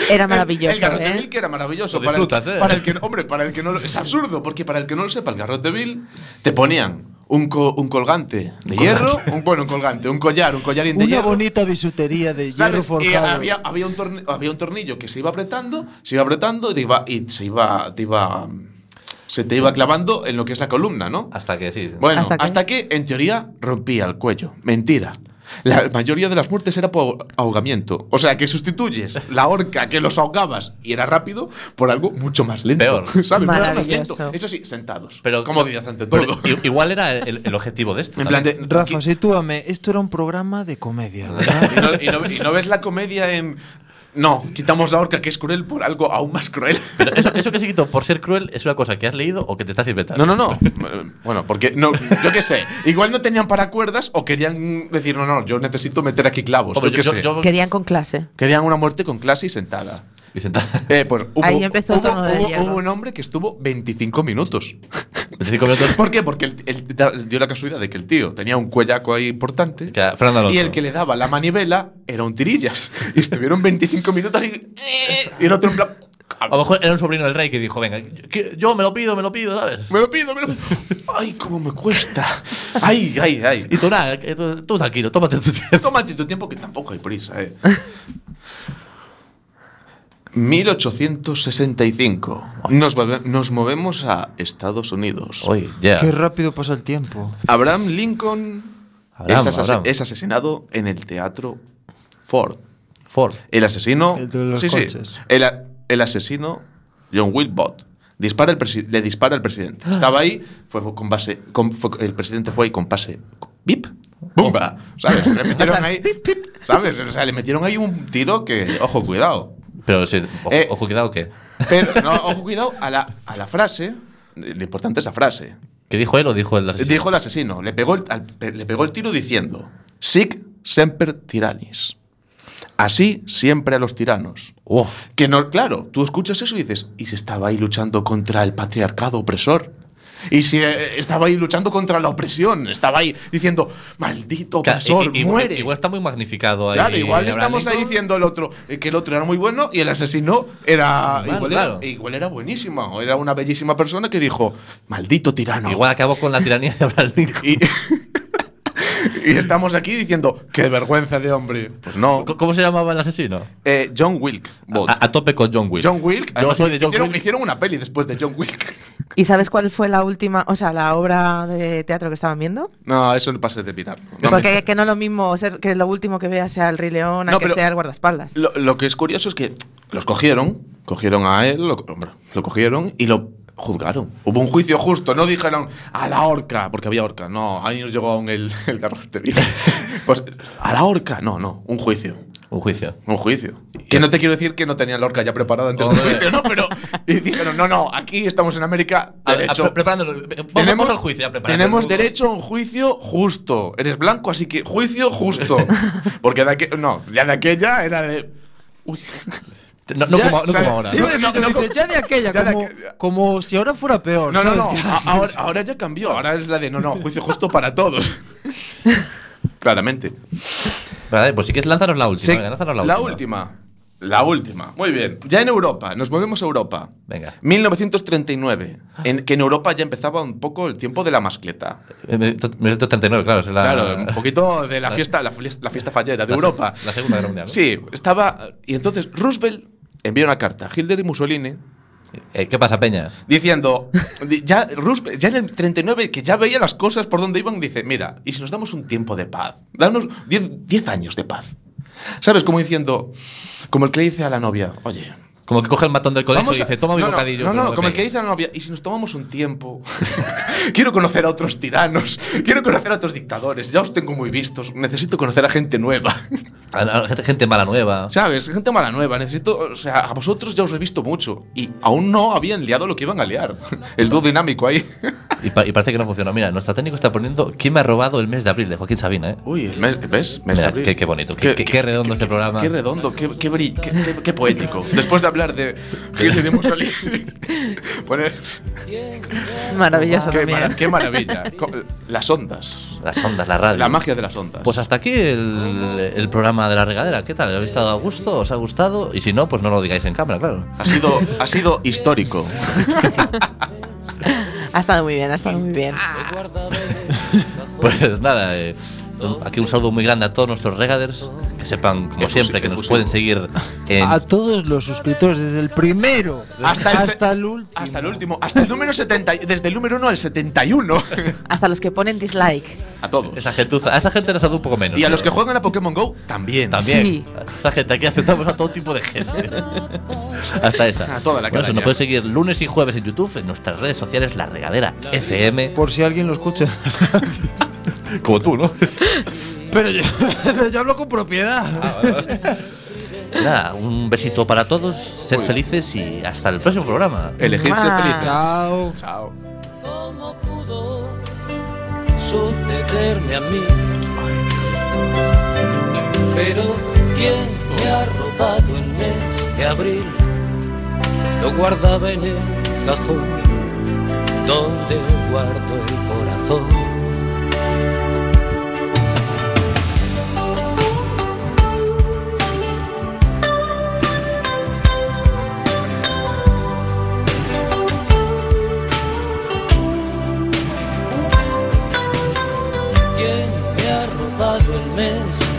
S5: Era
S3: El
S5: maravilloso,
S3: garrote
S5: ¿eh?
S3: vil que era maravilloso.
S2: Lo
S3: Para el,
S2: disfrutas, ¿eh?
S3: para el que, hombre, para el que no lo, Es absurdo, porque para el que no lo sepa, el garrote vil te ponían un, co- un colgante de hierro, un, bueno, un colgante, un collar, un collarín de
S4: Una
S3: hierro.
S4: bonita bisutería de
S3: ¿sabes?
S4: hierro
S3: Y
S4: forjado.
S3: Eh, había, había un torni- había un tornillo que se iba apretando, se iba apretando y, te iba, y se iba, te iba, se te iba clavando en lo que es la columna, ¿no?
S2: Hasta que sí.
S3: Bueno,
S5: ¿Hasta
S3: hasta
S5: qué?
S3: que? en teoría rompía el cuello. Mentira. La mayoría de las muertes era por ahogamiento. O sea, que sustituyes la horca que los ahogabas y era rápido por algo mucho más lento.
S2: Peor.
S3: ¿Sabes? Mucho más lento.
S5: Maravilloso.
S3: Eso sí, sentados.
S2: Pero-
S3: como días ante
S2: pero
S3: todo.
S2: i- Igual era el, el objetivo de esto.
S3: en plan de,
S4: Rafa, sitúame. Esto era un programa de comedia, ¿verdad?
S3: y, no, y no- y no ves la comedia en. No, quitamos la horca que es cruel por algo aún más cruel.
S2: Pero eso, eso que se quitó por ser cruel es una cosa que has leído o que te estás inventando.
S3: No, no, no. Bueno, porque no, yo qué sé. Igual no tenían para cuerdas o querían decir, no, no, yo necesito meter aquí clavos.
S2: Hombre,
S3: pues yo qué
S2: yo- yo-
S3: sé.
S2: yo-
S5: Querían con clase.
S3: Querían una muerte con clase y sentada.
S2: y sentar.
S3: Eh, pues hubo,
S5: Ahí empezó el
S3: hubo-
S5: tono de
S3: hubo-
S5: hierro.
S3: hubo un hombre que estuvo 25 minutos.
S2: 25 minutos.
S3: ¿Por qué? Porque el- el- da- dio la casualidad de que el tío tenía un cuellaco ahí importante.
S2: Que a Fernando Alonso.
S3: Y el que le daba la manivela era un tirillas. Y estuvieron 25 minutos y, y el otro en plan.
S2: A lo mejor era un sobrino del rey que dijo, venga, yo, yo me lo pido, me lo pido, ¿sabes?
S3: Me lo pido, me lo pido. Ay, cómo me cuesta. Ay, ay, ay.
S2: Y tú nada, que tú, tú tranquilo, tómate tu tiempo.
S3: Y tómate tu tiempo que tampoco hay prisa, eh. 1865. Nos, move- nos movemos a Estados Unidos.
S2: Oye, ya.
S4: Qué rápido pasa el tiempo.
S3: Abraham Lincoln
S2: Abraham,
S3: es, asa-
S2: Abraham.
S3: es asesinado en el teatro Ford.
S2: Ford.
S3: El asesino.
S4: El de los coches.
S3: El, a- el asesino John Wilbot. Dispara el presi- le dispara al presidente. Estaba ahí, fue con base. con- fue- el presidente fue ahí con pase. ¡Pip! ¡Bumba! ¿Sabes? Le metieron ahí. ¿Sabes? O sea, le metieron ahí un tiro que. Ojo, cuidado.
S2: Pero sí, ojo,
S3: Eh.
S2: ojo, cuidado que.
S3: Pero, no, ojo, cuidado a la, a la frase. Lo importante es la frase.
S2: ¿Qué dijo él o dijo el asesino?
S3: Dijo el asesino, le pegó el, al- pe- le pegó el tiro diciendo, sic semper tyrannis. Así siempre a los tiranos.
S2: Oh,
S3: Que no, claro, tú escuchas eso y dices, ¿y si estaba ahí luchando contra el patriarcado opresor? ¿Y si eh, estaba ahí luchando contra la opresión? Estaba ahí diciendo, maldito
S2: claro,
S3: opresor,
S2: i- i- igual,
S3: muere.
S2: igual está muy magnificado ahí.
S3: Claro, igual
S2: Abraham
S3: estamos ahí
S2: Lincoln.
S3: diciendo el otro, eh, que el otro era muy bueno y el asesino era,
S2: Claro,
S3: igual,
S2: claro.
S3: Era, igual era buenísimo. Era una bellísima persona que dijo, maldito tirano.
S2: Igual acabó con la tiranía de Abraham Lincoln.
S3: Y, y estamos aquí diciendo, qué vergüenza de hombre. Pues no.
S2: ¿Cómo- ¿Cómo se llamaba el asesino?
S3: Eh, John Wilk. Bot.
S2: A, a tope con John Wick.
S3: John Wilk.
S2: Ah, Yo
S3: además,
S2: soy de John
S3: hicieron,
S2: Wilk.
S3: hicieron una peli después de John Wilk.
S5: ¿Y sabes cuál fue la última, o sea, la obra de teatro que estaban viendo?
S3: No, eso no pasa de mirar. No me-
S5: Porque que no es lo mismo ser que lo último que vea sea el Rey León a
S3: No,
S5: que
S3: pero-
S5: sea el guardaespaldas.
S3: lo, lo que es curioso es que los cogieron, cogieron a él, lo, hombre, lo cogieron y lo juzgaron. Hubo un juicio justo, no dijeron a la horca, porque había horca, no, ahí nos llegó aún el, el garrote vil. Pues a la horca, no, no, un juicio.
S2: Un juicio.
S3: Un juicio. Que no te quiero decir que no tenían Lorca ya preparada antes del juicio, ¿no? Pero y dijeron, no, no, aquí estamos en América,
S2: A- a-
S3: derecho.
S2: pre- preparándolo. Vamos,
S3: tenemos
S2: vamos al juicio. a preparar
S3: tenemos
S2: el juicio.
S3: derecho a un juicio justo. Eres blanco, así que juicio justo. Porque de aquella… No, ya de aquella era de… Uy,
S2: No, no
S3: Ya,
S2: como, no
S3: o sea,
S2: como ahora.
S3: tío,
S4: Dice,
S3: no, no,
S4: ya de aquella,
S3: ya de
S4: como,
S3: aquella.
S4: como si ahora fuera peor.
S3: No, no,
S4: ¿sabes?
S3: no. a- Ahora, ahora ya cambió. Ahora es la de, no, no, juicio justo para todos. Claramente.
S2: Vale, pues si quieres, lánzanos la última.
S3: Se-
S2: venga, lánzanos la,
S3: última. La última. Muy bien. Ya en Europa. Nos volvemos a Europa.
S2: Venga.
S3: 1939. En, que en Europa ya empezaba un poco el tiempo de la mascleta.
S2: Eh, me- to- 1939, claro. Es la,
S3: claro, un poquito de la fiesta, la, fies- la fiesta fallera de
S2: Ah. la se-
S3: Europa.
S2: La Segunda Guerra Mundial. ¿no?
S3: Sí, estaba. Y entonces Roosevelt envió una carta a Hitler y Mussolini
S2: Eh, ¿Qué pasa, Peña?
S3: diciendo, di- ya, Roosevelt, ya en el 39, que ya veía las cosas por donde iban, dice, mira, ¿y si nos damos un tiempo de paz? Danos 10 10 años de paz. ¿Sabes? Como diciendo, como el que le dice a la novia, oye,
S2: Como que coge el matón del colegio
S3: vamos
S2: y
S3: a-
S2: dice: Toma mi
S3: no, no,
S2: bocadillo.
S3: No,
S2: pero
S3: no,
S2: me
S3: como el
S2: pegues".
S3: que dice a la novia, ¿y si nos tomamos un tiempo? Quiero conocer a otros tiranos, quiero conocer a otros dictadores, ya os tengo muy vistos, necesito conocer a gente nueva.
S2: A la- gente- Gente mala nueva.
S3: ¿Sabes? Gente mala nueva, necesito. O sea, a vosotros ya os he visto mucho. Y aún no habían liado lo que iban a liar. El dúo dinámico ahí.
S2: Y, pa- y parece que no funciona. Mira, nuestro técnico está poniendo ¿Quién me ha robado el mes de abril? de Joaquín Sabina, ¿eh?
S3: Uy, el mes- ¿ves? Mes de
S2: Mira,
S3: abril.
S2: qué, qué bonito, qué, qué- qué redondo este programa.
S3: Qué redondo, qué, qué, bri- qué- qué- qué poético. Después de hablar de Gil y de Mussolini, poner.
S5: Maravilloso
S3: Qué,
S5: también.
S3: mara- qué maravilla. Co- Las ondas.
S2: Las ondas, la radio.
S3: La magia de las ondas.
S2: Pues hasta aquí el, el programa de la regadera. ¿Qué tal? ¿Habéis estado a gusto? ¿Os ha gustado? Y si no, pues no lo digáis en cámara, claro.
S3: ha sido, ha sido histórico.
S5: Ha estado muy bien, ha estado muy bien.
S3: Ah.
S2: Pues nada, eh, aquí un saludo muy grande a todos nuestros regaders. Que sepan, como
S3: Efusi-
S2: siempre, que nos
S3: efusivo.
S2: pueden seguir en.
S4: A todos los suscriptores, desde el primero
S3: Hasta
S4: hasta
S3: el
S4: el,
S3: se-
S4: último.
S3: Hasta el último. Hasta el número 70. Desde el número 1 al 71.
S5: Hasta los que ponen dislike.
S3: A todos.
S2: Esa gentuza, a esa gente les saludo un poco menos.
S3: Y a los que
S2: pero
S3: juegan a Pokémon Go también.
S2: También.
S5: Sí.
S2: A Esa gente, aquí aceptamos a todo tipo de gente. Hasta esa.
S3: A toda
S2: Bueno, se
S3: la canalla.
S2: nos puede seguir lunes y jueves en YouTube, en nuestras redes sociales, La Regadera FM.
S4: Por si alguien lo escucha.
S2: Como tú, ¿no?
S4: Pero yo, pero yo hablo con
S3: Ah.
S4: propiedad.
S2: Nada, un besito para todos, sed felices y hasta el próximo programa.
S3: Elegir ser
S5: Mua.
S3: felices.
S4: Chao.
S3: Chao.
S7: cómo pudo sucederme a mí. Pero ¿quién me ha robado el mes de abril? Lo guardaba en el cajón donde guardo el corazón. ¿Quién me ha robado el mes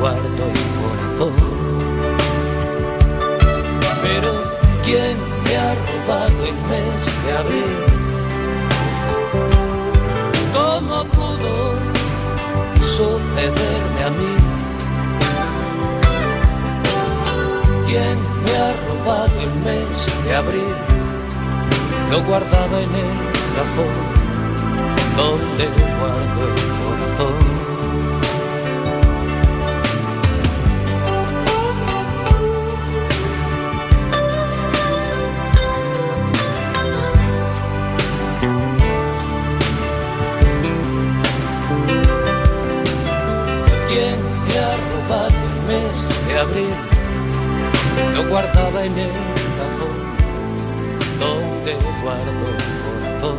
S7: guardo el corazón. Pero ¿quién me ha robado el mes de abril? ¿Cómo pudo sucederme a mí? ¿Quién me ha robado el mes de abril? Lo guardaba en el cajón donde guardo el corazón. ¿Quién me ha robado el mes guardo el corazón.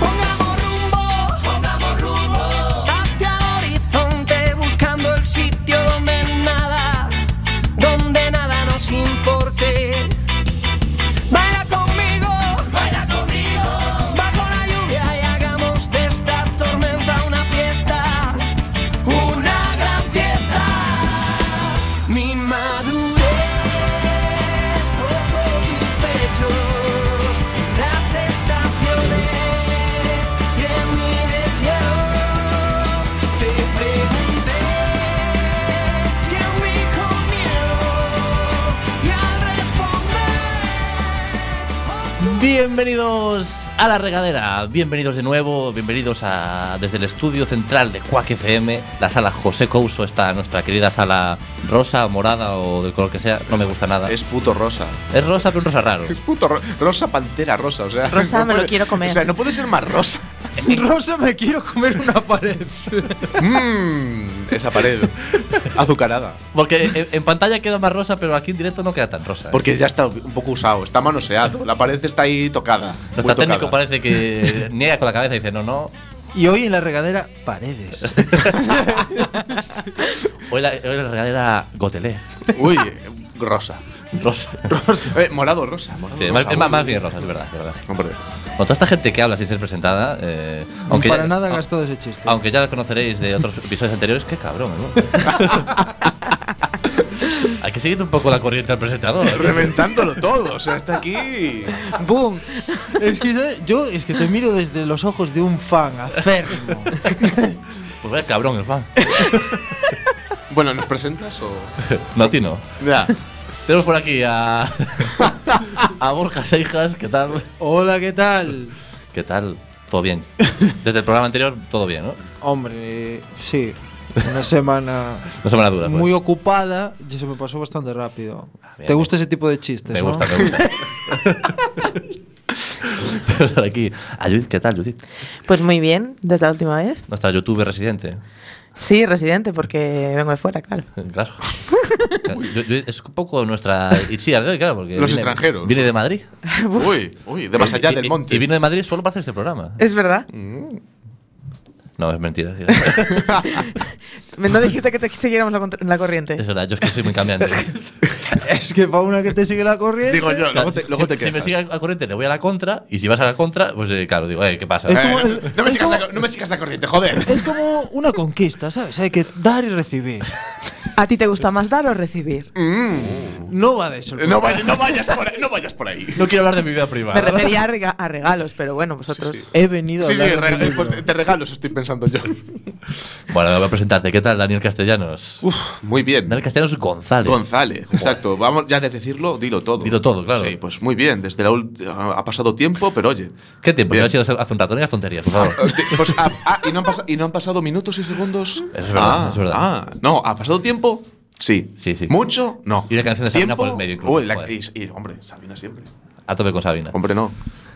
S1: Pongamos rumbo, pongamos rumbo hacia el horizonte buscando el sitio donde nada, donde nada nos importe. Baila conmigo, baila conmigo bajo la lluvia y hagamos de esta tormenta una fiesta, una gran fiesta. Mi madurez toco tus pechos, las estaciones y en mi deseo te pregunté que me dijo miedo y al responder
S2: Bienvenidos a la regadera, bienvenidos de nuevo, bienvenidos a desde el estudio central de Quack FM, la sala José Couso, está nuestra querida sala rosa, morada o del color que sea, no me gusta nada. Es,
S3: Es puto rosa.
S2: rosa, pero un rosa raro.
S3: Es puto ro- rosa pantera rosa, o sea.
S5: Rosa, me lo quiero comer.
S3: O sea, no puede ser más rosa.
S4: Rosa, me quiero comer una pared.
S3: Mmm, esa pared. Azucarada.
S2: Porque en, en pantalla queda más rosa, pero aquí en directo no queda tan rosa. ¿eh?
S3: Porque ya está un poco usado, está manoseado. La pared está ahí tocada.
S2: Nuestro
S3: muy tocada.
S2: técnico parece que niega con la cabeza y dice, no, no,
S4: Y hoy en la regadera, paredes.
S2: hoy la, hoy la regadera gotelé,
S3: Uy, eh, rosa.
S2: rosa.
S3: Eh, morado rosa, morado
S2: Sí,
S3: rosa.
S2: más, es más,
S3: Uy.
S2: más bien rosa, es verdad, es verdad.
S3: Hombre.
S2: Con toda esta gente que habla sin ser presentada, eh,
S4: Aunque
S2: aunque
S4: para
S2: ya-
S4: nada ha
S2: a-
S4: gastado ese chiste.
S2: Aunque ya la conoceréis de otros episodios anteriores, qué cabrón, ¿no? Hay que seguir un poco la corriente al presentador.
S3: Reventándolo todo, o sea, está aquí.
S5: ¡Boom!
S4: Es que ¿sabes? yo es que te miro desde los ojos de un fan acérrimo.
S2: Pues vaya cabrón el fan.
S3: Bueno, ¿nos presentas o.?
S2: No, a ti no.
S3: Ya.
S2: Tenemos por aquí a. a Borja Seijas, ¿qué tal?
S4: Hola, ¿qué tal?
S2: ¿Qué tal? Todo bien. Desde el programa anterior, todo bien, ¿no?
S4: Hombre, sí. Una semana
S2: No semana dura. Pues. Ah,
S4: muy ocupada, ya se me pasó bastante rápido.
S2: bien,
S4: ¿Te
S2: bien.
S4: gusta ese tipo de chistes?
S2: me
S4: no?
S2: gusta, me gusta. Tenemos por aquí a Judith, ¿qué tal, Judith?
S5: Pues muy bien, desde la última vez.
S2: Nuestra youtuber residente.
S5: Sí, residente, porque vengo de fuera, claro.
S2: Claro. Yo- yo- es un poco nuestra Itziar, ¿eh? claro, porque
S3: Los
S2: viene-
S3: extranjeros.
S2: Viene de Madrid.
S3: Uy, uy, de más allá
S2: Y-
S3: del
S2: y-
S3: monte.
S2: Y vino de Madrid solo para hacer este programa.
S5: Es verdad.
S3: Mm.
S2: No, es mentira.
S5: Me- No dijiste que te siguiéramos la, cont- la corriente.
S2: Es verdad, yo es que soy muy cambiante.
S4: Es que para una que te sigue la corriente.
S3: Digo yo, luego te, luego
S2: si,
S3: te
S2: si me
S3: quejas. Eh,
S2: sigue a la corriente, le voy a la contra. Y si vas a la contra, pues eh, claro, digo, eh, ¿qué pasa?
S4: Es
S3: Eh,
S4: como el-
S3: no- no, me
S4: es
S3: sigas la,
S4: como-
S3: co- no me sigas la corriente, joder.
S4: Es como una conquista, ¿sabes? Hay que dar y recibir.
S5: ¿A ti te gusta más dar o recibir?
S4: No va de eso. el
S3: No, vaya- no vayas por ahí. No vayas por ahí.
S2: No quiero hablar de mi vida
S5: Me
S2: privada.
S5: refería a, rega- a regalos, pero bueno, vosotros.
S4: programa. He venido a
S3: Sí, sí,
S4: hablar de
S3: rega-
S4: mi libro.
S3: pues te regalos, estoy pensando yo.
S2: Bueno, voy a presentarte. ¿Qué tal, Daniel Castellanos?
S3: Uf, muy bien.
S2: Daniel Castellanos González.
S3: González, exacto. Vamos, ya de decirlo, dilo todo.
S2: Dilo todo, claro.
S3: Sí, pues muy bien. Desde la ult- ha ha pasado tiempo, pero oye.
S2: ¿Qué tiempo?
S3: Bien.
S2: Si ha sido hace un rato, no digas tonterías, por favor.
S3: Eh, ti- pues, ah, ah, y, no han pasa- y no han pasado minutos y segundos.
S2: Es verdad,
S3: Ah,
S2: es verdad.
S3: Ah, no, ¿ha pasado tiempo? Sí.
S2: Sí, sí.
S3: ¿Mucho? No.
S2: Y una canción de Sabina
S3: ¿Tiempo?
S2: por el medio, incluso,
S3: Uy, la-
S2: joder.
S3: y, y, hombre, Sabina siempre.
S2: A tope con Sabina.
S3: Hombre, no.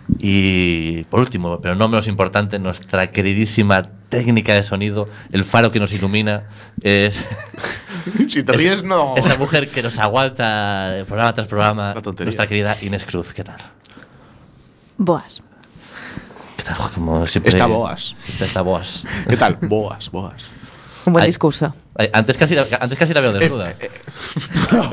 S2: Y por último, pero no menos importante, nuestra queridísima técnica de sonido, el faro que nos ilumina, es
S3: Si te ríes, no.
S2: esa mujer que nos aguanta eh, programa tras programa,
S3: La tontería.
S2: nuestra querida Inés Cruz. ¿Qué tal?
S8: Boas.
S2: ¿Qué tal? Joder, Como siempre,
S3: Está boas.
S2: Está, está boas.
S3: ¿Qué tal? Boas, boas.
S5: Un buen
S2: Ay.
S5: discurso.
S2: Ay, Antes casi, la- antes casi la veo desnuda.
S3: eh,
S4: ¡Oh!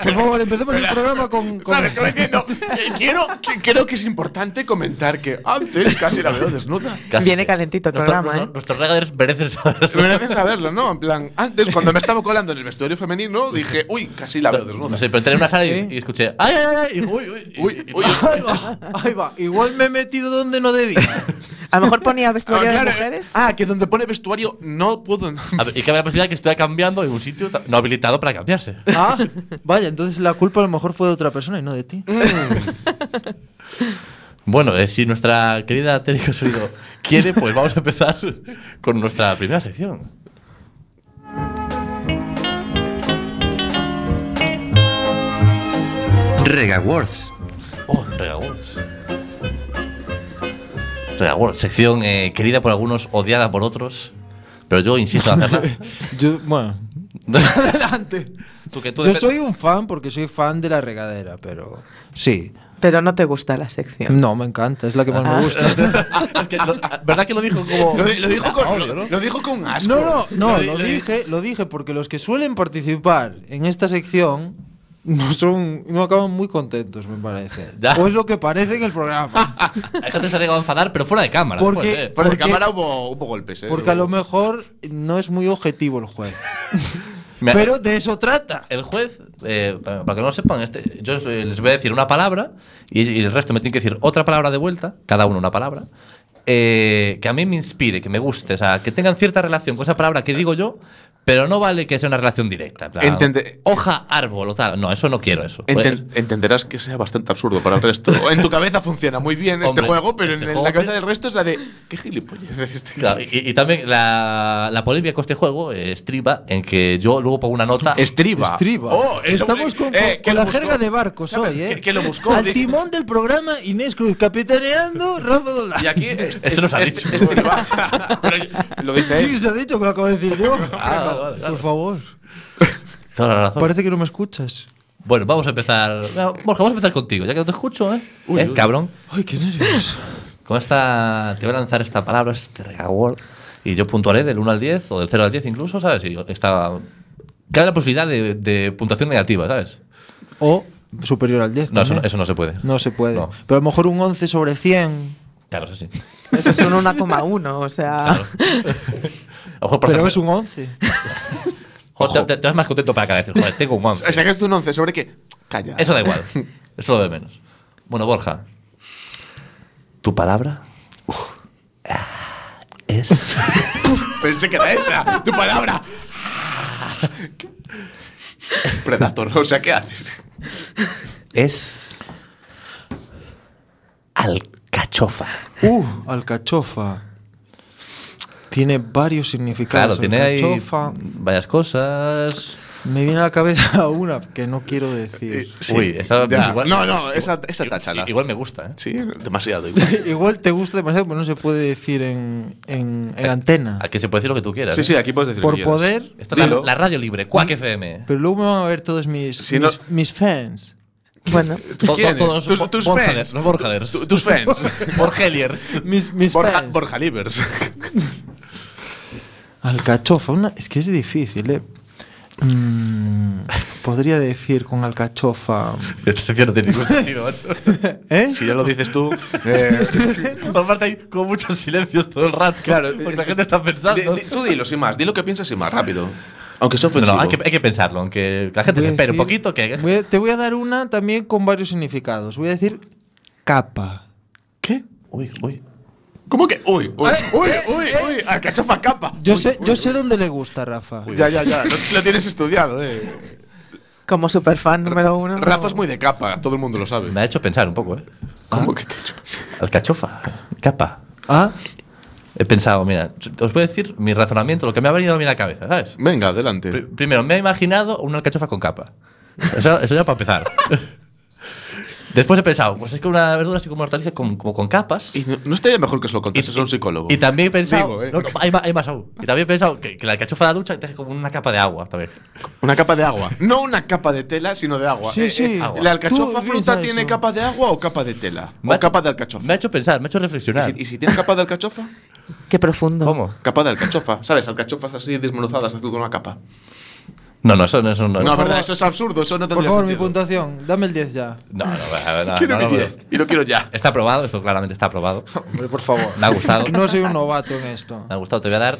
S4: Por favor, empecemos el programa con. con
S3: ¿Sabes? qué entiendo? Eh, Quiero, que- creo que es importante comentar que antes casi la veo desnuda.
S2: Casi.
S5: Viene calentito el
S2: Nuestro-
S5: programa,
S2: nuestro-
S5: ¿eh?
S2: Nuestros regaders merecen saberlo.
S3: Me hacen saberlo, ¿no? En plan, antes cuando me estaba colando en el vestuario femenino, dije, uy, casi la veo desnuda.
S2: No sé, Ah, pero entré en una sala y,
S4: ¿Eh?
S2: y escuché. ¡Ay, ay, ay! Y, uy, uy, y-
S3: Uy,
S2: y-
S3: uy.
S4: Ahí va, Ahí va, igual me he metido donde no debía.
S5: A lo mejor ponía vestuario
S3: Ah, claro,
S5: de mujeres.
S3: Ah, que donde pone vestuario no puedo.
S2: A ver, y que había la posibilidad de que estuviera cambiando en un sitio no habilitado para cambiarse.
S4: Ah, vaya, entonces la culpa a lo mejor fue de otra persona y no de ti.
S2: Bueno, eh, si nuestra querida técnica de sonido quiere, pues vamos a empezar con nuestra primera sección.
S9: Rega Awards.
S2: Oh, Regawords. Regawords, sección eh, querida por algunos, odiada por otros. Pero yo insisto en hacerla.
S4: Yo, bueno, adelante.
S2: Tú que tú
S4: Yo
S2: depe-
S4: soy un fan porque soy fan de la regadera, pero sí.
S5: Pero no te gusta la sección.
S4: No, me encanta, es la que más me gusta.
S2: Es que lo- ¿Verdad que lo dijo como.?
S3: Lo, di- lo dijo con, lo, lo dijo con asco.
S4: No, no, no,
S3: di-
S4: lo
S3: di-
S4: dije, lo dije porque los que suelen participar en esta sección no son no acaban muy contentos, me parece.
S2: Ya.
S4: O es lo que parece en el programa.
S2: Hay gente que se ha llegado a enfadar, pero fuera de cámara.
S4: Porque-
S2: después, eh.
S3: Por la
S4: Porque-
S3: cámara hubo, hubo golpes, ¿eh?
S4: Porque a lo mejor no es muy objetivo el juez.
S2: Me-
S4: Pero de eso trata.
S2: El juez, eh, para para que no lo sepan, este, yo eh, les voy a decir una palabra y, y el resto me tienen que decir otra palabra de vuelta, cada uno una palabra, eh, que a mí me inspire, que me guste, o sea, que tengan cierta relación con esa palabra que digo yo, pero no vale que sea una relación directa. en plan,
S3: Entende-
S2: hoja, árbol o tal. No, eso no quiero eso. Pues,
S3: Enten- entenderás que sea bastante absurdo para el resto. En tu cabeza funciona muy bien este
S2: Hombre,
S3: juego, pero
S2: este
S3: en
S2: juego-
S3: la cabeza del resto es la de. ¿Qué gilipollas es este?
S2: Claro, y, y también la, la polémica con este juego eh, estriba en que yo luego pongo una nota.
S3: Estriba.
S4: Estriba.
S3: Oh, eh,
S4: Estamos con,
S3: eh,
S4: con
S3: ¿qué
S4: la
S3: lo buscó?
S4: jerga de barcos
S3: ¿Sabe
S4: hoy, ¿eh?
S3: qué- qué lo buscó?
S4: Al
S3: Di-
S4: timón del programa, Inés Cruz, capitaneando Rafa Dolar.
S3: Y aquí. es-
S2: Eso nos ha
S3: es-
S2: dicho.
S3: Estriba. Pero lo dice
S4: Sí,
S3: él.
S4: se ha dicho que lo acabo de decir yo.
S2: Ah, vale, vale.
S4: Por favor.
S2: Toda la razón.
S4: Parece que no me escuchas.
S2: Bueno, vamos a empezar. No, Borja, vamos a empezar contigo, ya que no te escucho, ¿eh? ¿Eh, Cabrón.
S4: Ay, qué nervios.
S2: Con esta. Te voy a lanzar esta palabra, este regaward. Y yo puntuaré del 1 al 10 o del 0 al 10 incluso, ¿sabes? Y esta. Cabe la posibilidad de, de puntuación negativa, ¿sabes?
S4: O superior al 10.
S2: No, eso, no-
S4: también.
S2: eso no se puede.
S4: No se puede.
S2: No.
S4: Pero a lo mejor un 11 sobre 100.
S2: Claro, eso sí.
S5: Eso es un 1,1, o sea.
S2: Ojo, por
S4: Pero
S2: ejemplo,
S4: es un 11.
S2: jo, te- te, te vas más contento para cada vez. Joder, tengo un 11.
S3: O sea, que es un 11 sobre qué. Calla.
S2: Eso da igual. Eso lo de menos. Bueno, Borja. Tu palabra. ah, Es.
S3: Pensé que era esa. Tu palabra. ¿Qué? Predator. O sea, ¿qué haces?
S2: Es. Alcachofa.
S4: Uh, alcachofa. Tiene varios significados.
S2: Claro, tiene ahí
S4: alcachofa.
S2: varias cosas.
S4: Me viene a la cabeza una que no quiero decir.
S2: Uy, esa
S3: Eh, Ya.
S2: igual-
S3: No, no, esa, esa táchala.
S2: I- Igual me gusta, ¿eh?
S3: Sí, demasiado igual.
S4: Igual te gusta demasiado, pero no se puede decir en, en,
S3: Eh,
S4: en antena.
S2: Aquí se puede decir lo que tú quieras. ¿eh?
S3: aquí puedes decir.
S4: Por poder.
S2: Esta es la,
S3: Dilo.
S2: la radio libre, Quack FM.
S4: Pero luego me van a ver todos mis,
S3: Si no-
S4: mis, mis fans.
S5: Bueno,
S2: To- to-
S3: quiénes?
S2: todos
S3: Tus-
S2: bo-
S3: tus
S2: Borjaders,
S3: fans.
S2: no Borjaders.
S3: Tu- Tus fans.
S2: Borgeliers.
S4: Mis, mis
S3: Borja,
S4: fans.
S3: Borja Livers.
S4: Alcachofa. una- es que es difícil, ¿eh? Mm, podría decir con alcachofa.
S2: Esta sección no tiene ningún sentido, macho.
S4: ¿Eh?
S3: Si ya lo dices tú. eh,
S2: Aparte hay como muchos silencios todo el rato.
S3: Claro,
S2: Porque
S3: es-
S2: la gente está
S3: di-
S2: pensando.
S3: di- tú dilo sin más. Di lo que piensas sin más, rápido. Aunque sea
S2: No,
S3: ofensivo.
S2: no, hay que, hay que pensarlo, aunque la gente
S4: Voy
S2: se
S4: a
S2: espere un
S4: decir-
S2: poquito. que
S4: voy a- te voy a dar una también con varios significados. Voy a decir capa.
S3: ¿Qué?
S2: Uy, uy.
S3: ¿Cómo que? Uy, uy, uy, uy, uy. Alcachofa capa.
S4: Eh, Yo
S3: Uy,
S4: sé,
S3: uy,
S4: yo
S3: uy.
S4: sé dónde le gusta, Rafa.
S3: Ya, ya, ya. Lo, lo tienes estudiado, eh.
S5: como superfan número uno.
S3: Rafa
S5: no.
S3: es muy de capa, todo el mundo lo sabe.
S2: Me ha hecho pensar un poco, ¿eh?
S3: ¿Cómo que te
S2: Alcachofa, capa.
S4: Ah,
S2: He pensado, mira, os voy a decir mi razonamiento, lo que me ha venido a mí a la cabeza, ¿sabes?
S3: Venga, adelante.
S2: Pri- primero, me he imaginado una alcachofa con capa. Eso, eso ya para empezar. Después he pensado, pues es que una verdura así como hortaliza con, como con capas.
S3: Y no, no estaría mejor que os lo
S2: Y-
S3: contases a un psicólogo.
S2: Y también he pensado.
S3: Digo, eh.
S2: no, no, hay, ma- hay más aún. Y también he pensado que, que la alcachofa de la ducha te deja como una capa de agua también.
S3: Una capa de agua. No una capa de tela, sino de agua. Eh,
S4: Sí, sí.
S2: Agua.
S3: ¿La alcachofa
S4: Tú
S3: fruta
S4: piensa
S3: tiene
S4: eso.
S3: capa de agua o capa de tela?
S2: Me ha-
S3: O capa de alcachofa.
S2: Me ha hecho pensar, me ha hecho
S3: ¿Y
S2: reflexionar.
S3: si, y si tiene capa de alcachofa?
S5: Qué profundo.
S2: ¿Cómo?
S3: Capa de alcachofa. ¿Sabes? Alcachofas así desmenuzadas haciendo una capa.
S2: No, no, eso no eso no-
S3: No,
S2: no,
S3: verdad, eso es absurdo. Eso no
S4: por
S3: tendría
S4: favor, mi
S3: sentido. Ah,
S4: puntuación. Dame el 10 ya.
S2: no, no, no,
S3: Quiero
S2: no,
S3: mi
S2: no.
S3: 10. Y lo quiero ya.
S2: Está aprobado, esto claramente está aprobado.
S4: Hombre, por favor.
S2: Me ha gustado.
S4: No soy un novato en esto.
S2: Me ha gustado, te voy a dar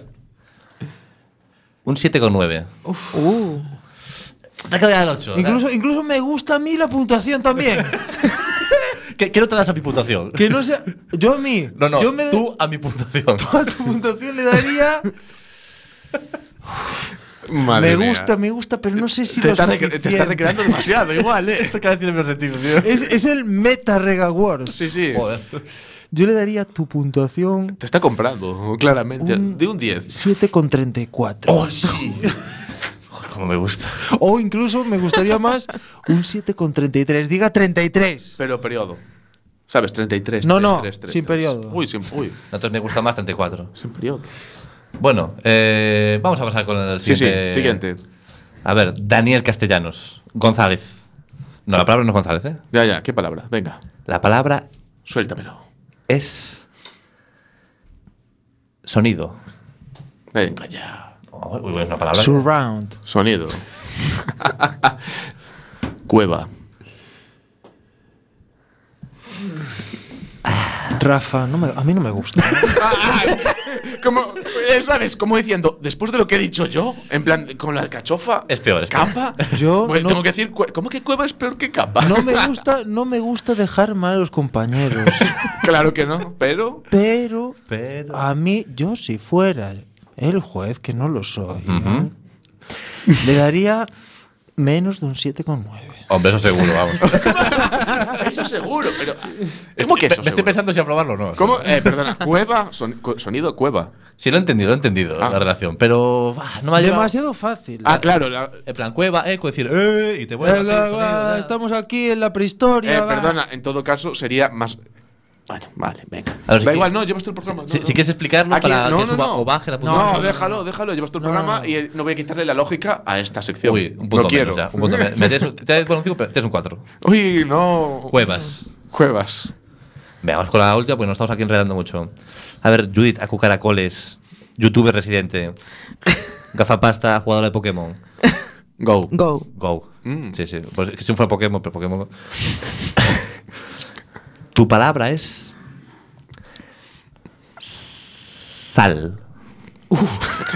S2: un 7,9.
S5: Uh,
S2: Te ha quedado el ¿eh? 8.
S4: Incluso, incluso me gusta a mí la puntuación también.
S2: ¿Qué, qué no te das a mi puntuación?
S4: Que no sea. Yo a mí.
S2: No, no,
S4: yo me
S2: tú a mi puntuación.
S4: a tu puntuación le daría. me
S3: Madre mía.
S4: gusta, me gusta, pero no sé si
S3: Te
S4: lo
S3: está, recre- te está
S4: suficiente.
S3: recreando demasiado, igual, eh.
S2: Esto cada vez tiene menos sentido, tío.
S4: Es, es el meta Rega Wars.
S3: Sí, sí.
S2: Joder.
S4: Yo le daría tu puntuación
S3: Te está comprando, claramente.
S4: Un-
S3: Oh, De un 10.
S4: 7,34.
S2: sí! Como me gusta.
S4: O incluso me gustaría más un 7,33. Diga 33.
S3: Pero periodo. ¿Sabes? 33.
S4: No, no,
S3: 33,
S4: sin periodo.
S3: Uy, sin, uy,
S2: Entonces me gusta más 34.
S3: sin periodo.
S2: Bueno, eh, vamos a pasar con el
S3: Sí, sí,
S2: siguiente.
S3: siguiente.
S2: A ver, Daniel Castellanos. González. No, la palabra no es González, ¿eh?
S3: Ya, ya, ¿qué palabra? Venga,
S2: La palabra
S3: suéltamelo.
S2: es. Sonido.
S3: Venga ya.
S2: Oh, uy, es una palabra.
S4: Surround.
S3: Sonido. Cueva.
S4: Rafa, no me- a mí no me gusta.
S3: Como, eh, ¿sabes? Como diciendo, después de lo que he dicho yo, en plan, con la alcachofa.
S2: Es peor, es peor.
S3: ¿Capa?
S4: Yo
S3: Bueno,
S4: no-
S3: Tengo que decir, cue- ¿cómo que cueva es peor que capa?
S4: No me gusta, no me gusta dejar mal a los compañeros.
S3: claro que no, pero.
S4: Pero
S2: Pero-
S4: a mí, yo si fuera el juez, que no lo soy, ¿eh? le daría menos de un 7,9.
S2: Hombre, eso seguro, vamos.
S3: Eso seguro, pero. ¿Cómo que
S2: Me-
S3: eso?
S2: Me estoy
S3: seguro?
S2: pensando si aprobarlo o no.
S3: ¿Cómo? Eh, perdona, cueva, son- cu- sonido cueva.
S2: Sí, lo he entendido, lo he entendido
S3: Ah.
S2: la relación. Pero. bah, no me ha llevado.
S4: Demasiado fácil.
S3: Ah, claro, la-
S2: En plan, cueva, eco, decir, ¡eh! Y te
S4: Venga,
S2: vuelves. a hacer sonido,
S4: va,
S2: ya.
S4: estamos aquí en la prehistoria.
S3: eh,
S4: va.
S3: perdona, en todo caso sería más. Bueno, vale, venga.
S2: A ver, si
S3: da
S2: qui-
S3: igual, no, llevas tú el programa. no,
S2: Si,
S3: no.
S2: si quieres explicarlo
S3: Aquí-
S2: para
S3: no,
S2: que
S3: no,
S2: suba
S3: no.
S2: o baje la puntuación.
S3: No, déjalo, déjalo, llevas tú el programa y eh, no voy a quitarle la lógica a esta sección.
S2: Uy, un punto
S3: no
S2: menos
S3: quiero.
S2: ya. Un punto menos. Me tienes- te das por un cinco, pero tienes un 4.
S3: Uy, no.
S2: Cuevas.
S3: Cuevas.
S2: Veamos con la última, porque nos estamos aquí enredando mucho. A ver, Judith Acucaracoles, youtuber residente, gafapasta, jugadora de Pokémon.
S3: Go.
S5: Go.
S2: Go.
S3: Mm.
S2: Sí, sí. Pues es que si fuera Pokémon, pero Pokémon. tu palabra es. Sal.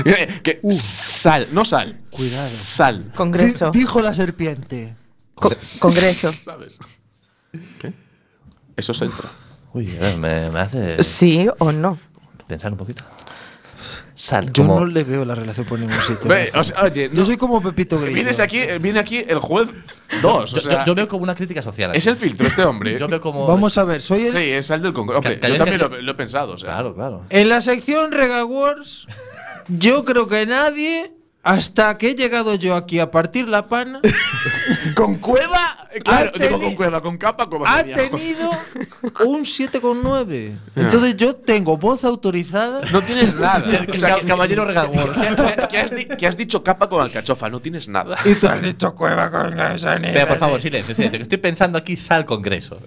S3: Eh, que
S2: Uh.
S3: sal, no sal. Cuidado. Sal.
S5: Congreso.
S4: Di- Dijo la serpiente.
S5: Co- congreso.
S3: ¿Sabes? ¿Qué? Eso se entra.
S2: Uy, a ver, me, me hace
S5: Sí o no.
S2: pensar un poquito. Sal.
S4: Yo
S2: como-
S4: no le veo la relación por ningún sitio.
S3: Ve,
S4: Rafa.
S3: o sea, oye,
S4: Yo
S3: no,
S4: soy como Pepito Grillo.
S3: vienes aquí, eh, viene aquí el juez 2.
S2: Yo- yo- yo, veo como una crítica social.
S3: Es
S2: aquí.
S3: el filtro este hombre.
S2: Yo veo como.
S4: Vamos a ver, soy el,
S3: Sí, es sal del Congreso. Hombre,
S2: Ca-
S3: Yo
S2: calla-
S3: también lo,
S2: calla.
S3: lo he pensado. O sea.
S2: Claro, claro.
S4: En la sección Rega Wars, yo creo que nadie, hasta que he llegado yo aquí a partir la pana,
S3: Con cueva, Eh, claro,
S4: Ha
S3: digo
S4: teni-
S3: con cueva, con capa, cueva.
S4: ha
S3: sería.
S4: tenido un 7,9. Entonces yo tengo voz autorizada.
S3: No tienes nada. O sea,
S2: Ca- caballero
S3: que-
S2: regador.
S3: que- que has di- que has dicho capa con alcachofa, no tienes nada.
S4: Y tú has dicho cueva con esa nieve.
S2: Espera, por favor, silencio, silencio, que estoy pensando aquí sal congreso.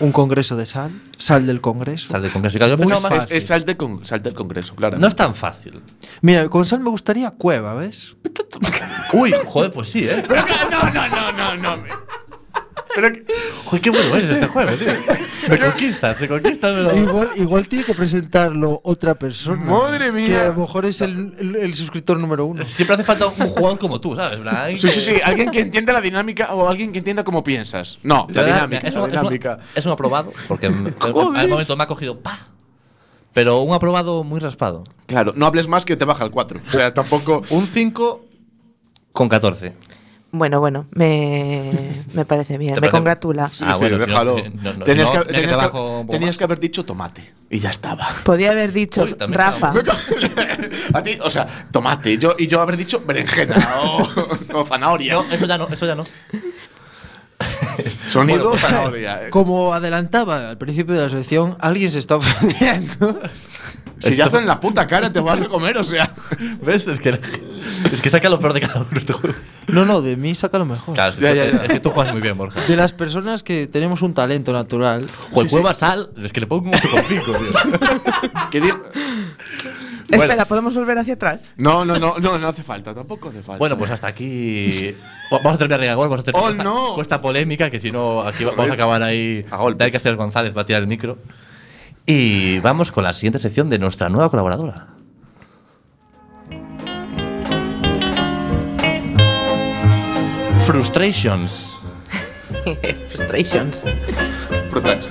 S4: Un congreso de sal, sal del congreso.
S2: Sal del congreso. Claro, yo he
S4: Muy
S2: pensado más-
S3: Es, es sal, de con- sal del Congreso, claro.
S2: No es tan fácil.
S4: Mira, con sal me gustaría cueva, ¿ves?
S2: Uy, joder, pues sí, ¿eh?
S3: Pero que- no, no, no, no, no. me- Pero que-
S2: Joder, qué bueno es este juego, tío. Me conquistas, me conquistas. me lo-
S4: Igual, igual tiene que presentarlo otra persona.
S3: Madre mía.
S4: Que a lo mejor es el, el- el suscriptor número uno.
S2: Siempre hace falta un jugador como tú, ¿sabes?
S3: Sí, sí, sí. Alguien que entienda la dinámica o alguien que entienda cómo piensas. No, la dinámica.
S2: Es
S3: la
S2: un, es un-
S3: dinámica.
S2: es un aprobado, porque en- al momento me ha cogido pa. Pero un aprobado muy raspado.
S3: Claro, no hables más que te baja el 4. O sea, tampoco.
S2: Un 5 con 14.
S5: Bueno, bueno, me, me parece bien.
S2: ¿Te
S5: Me
S2: parece-
S5: congratula.
S2: Sí. Ah,
S3: Sí,
S2: bueno, si no-
S3: déjalo.
S2: si no- no-
S3: Tenías
S2: si
S3: que-
S2: no, ya que te
S3: tenías
S2: bajo un
S3: que-
S2: poco
S3: tenías que haber dicho tomate y ya estaba.
S5: Podía haber dicho
S2: Uy, también.
S5: Rafa.
S3: A ti, o sea, tomate. Yo, y yo haber dicho berenjena o, o zanahoria.
S2: No, eso ya no, eso ya no.
S3: Sonido
S2: pues,
S3: zanahoria.
S4: Como adelantaba al principio de la sección, alguien se está ofendiendo.
S3: Si ya hacen la puta cara, te vas a comer, o sea.
S2: ¿Ves? Es que, es que saca lo peor de cada uno este juego.
S4: No, no, de mí saca lo mejor.
S2: Claro, es que
S3: Ya,
S2: tú-
S3: ya,
S2: es-
S3: ya.
S2: es que tú juegas muy bien, Borja.
S4: De las personas que tenemos un talento natural.
S2: Joder, cueva sal, es que le pongo un 8,5, tío.
S3: Que di-
S5: Espera, ¿podemos volver hacia atrás?
S3: no, no, no, no, no hace falta, tampoco hace falta.
S2: Bueno, pues hasta aquí. Va- Vamos a terminar de vamos a terminar con
S3: ¡Oh,
S2: esta-
S3: no!
S2: con esta polémica, que si no, aquí va- vamos a acabar ahí.
S3: A golpes.
S2: Hay que hacer González, va a tirar el micro. Y vamos con la siguiente sección de nuestra nueva colaboradora. Frustrations.
S5: Frustrations.
S3: Frutas.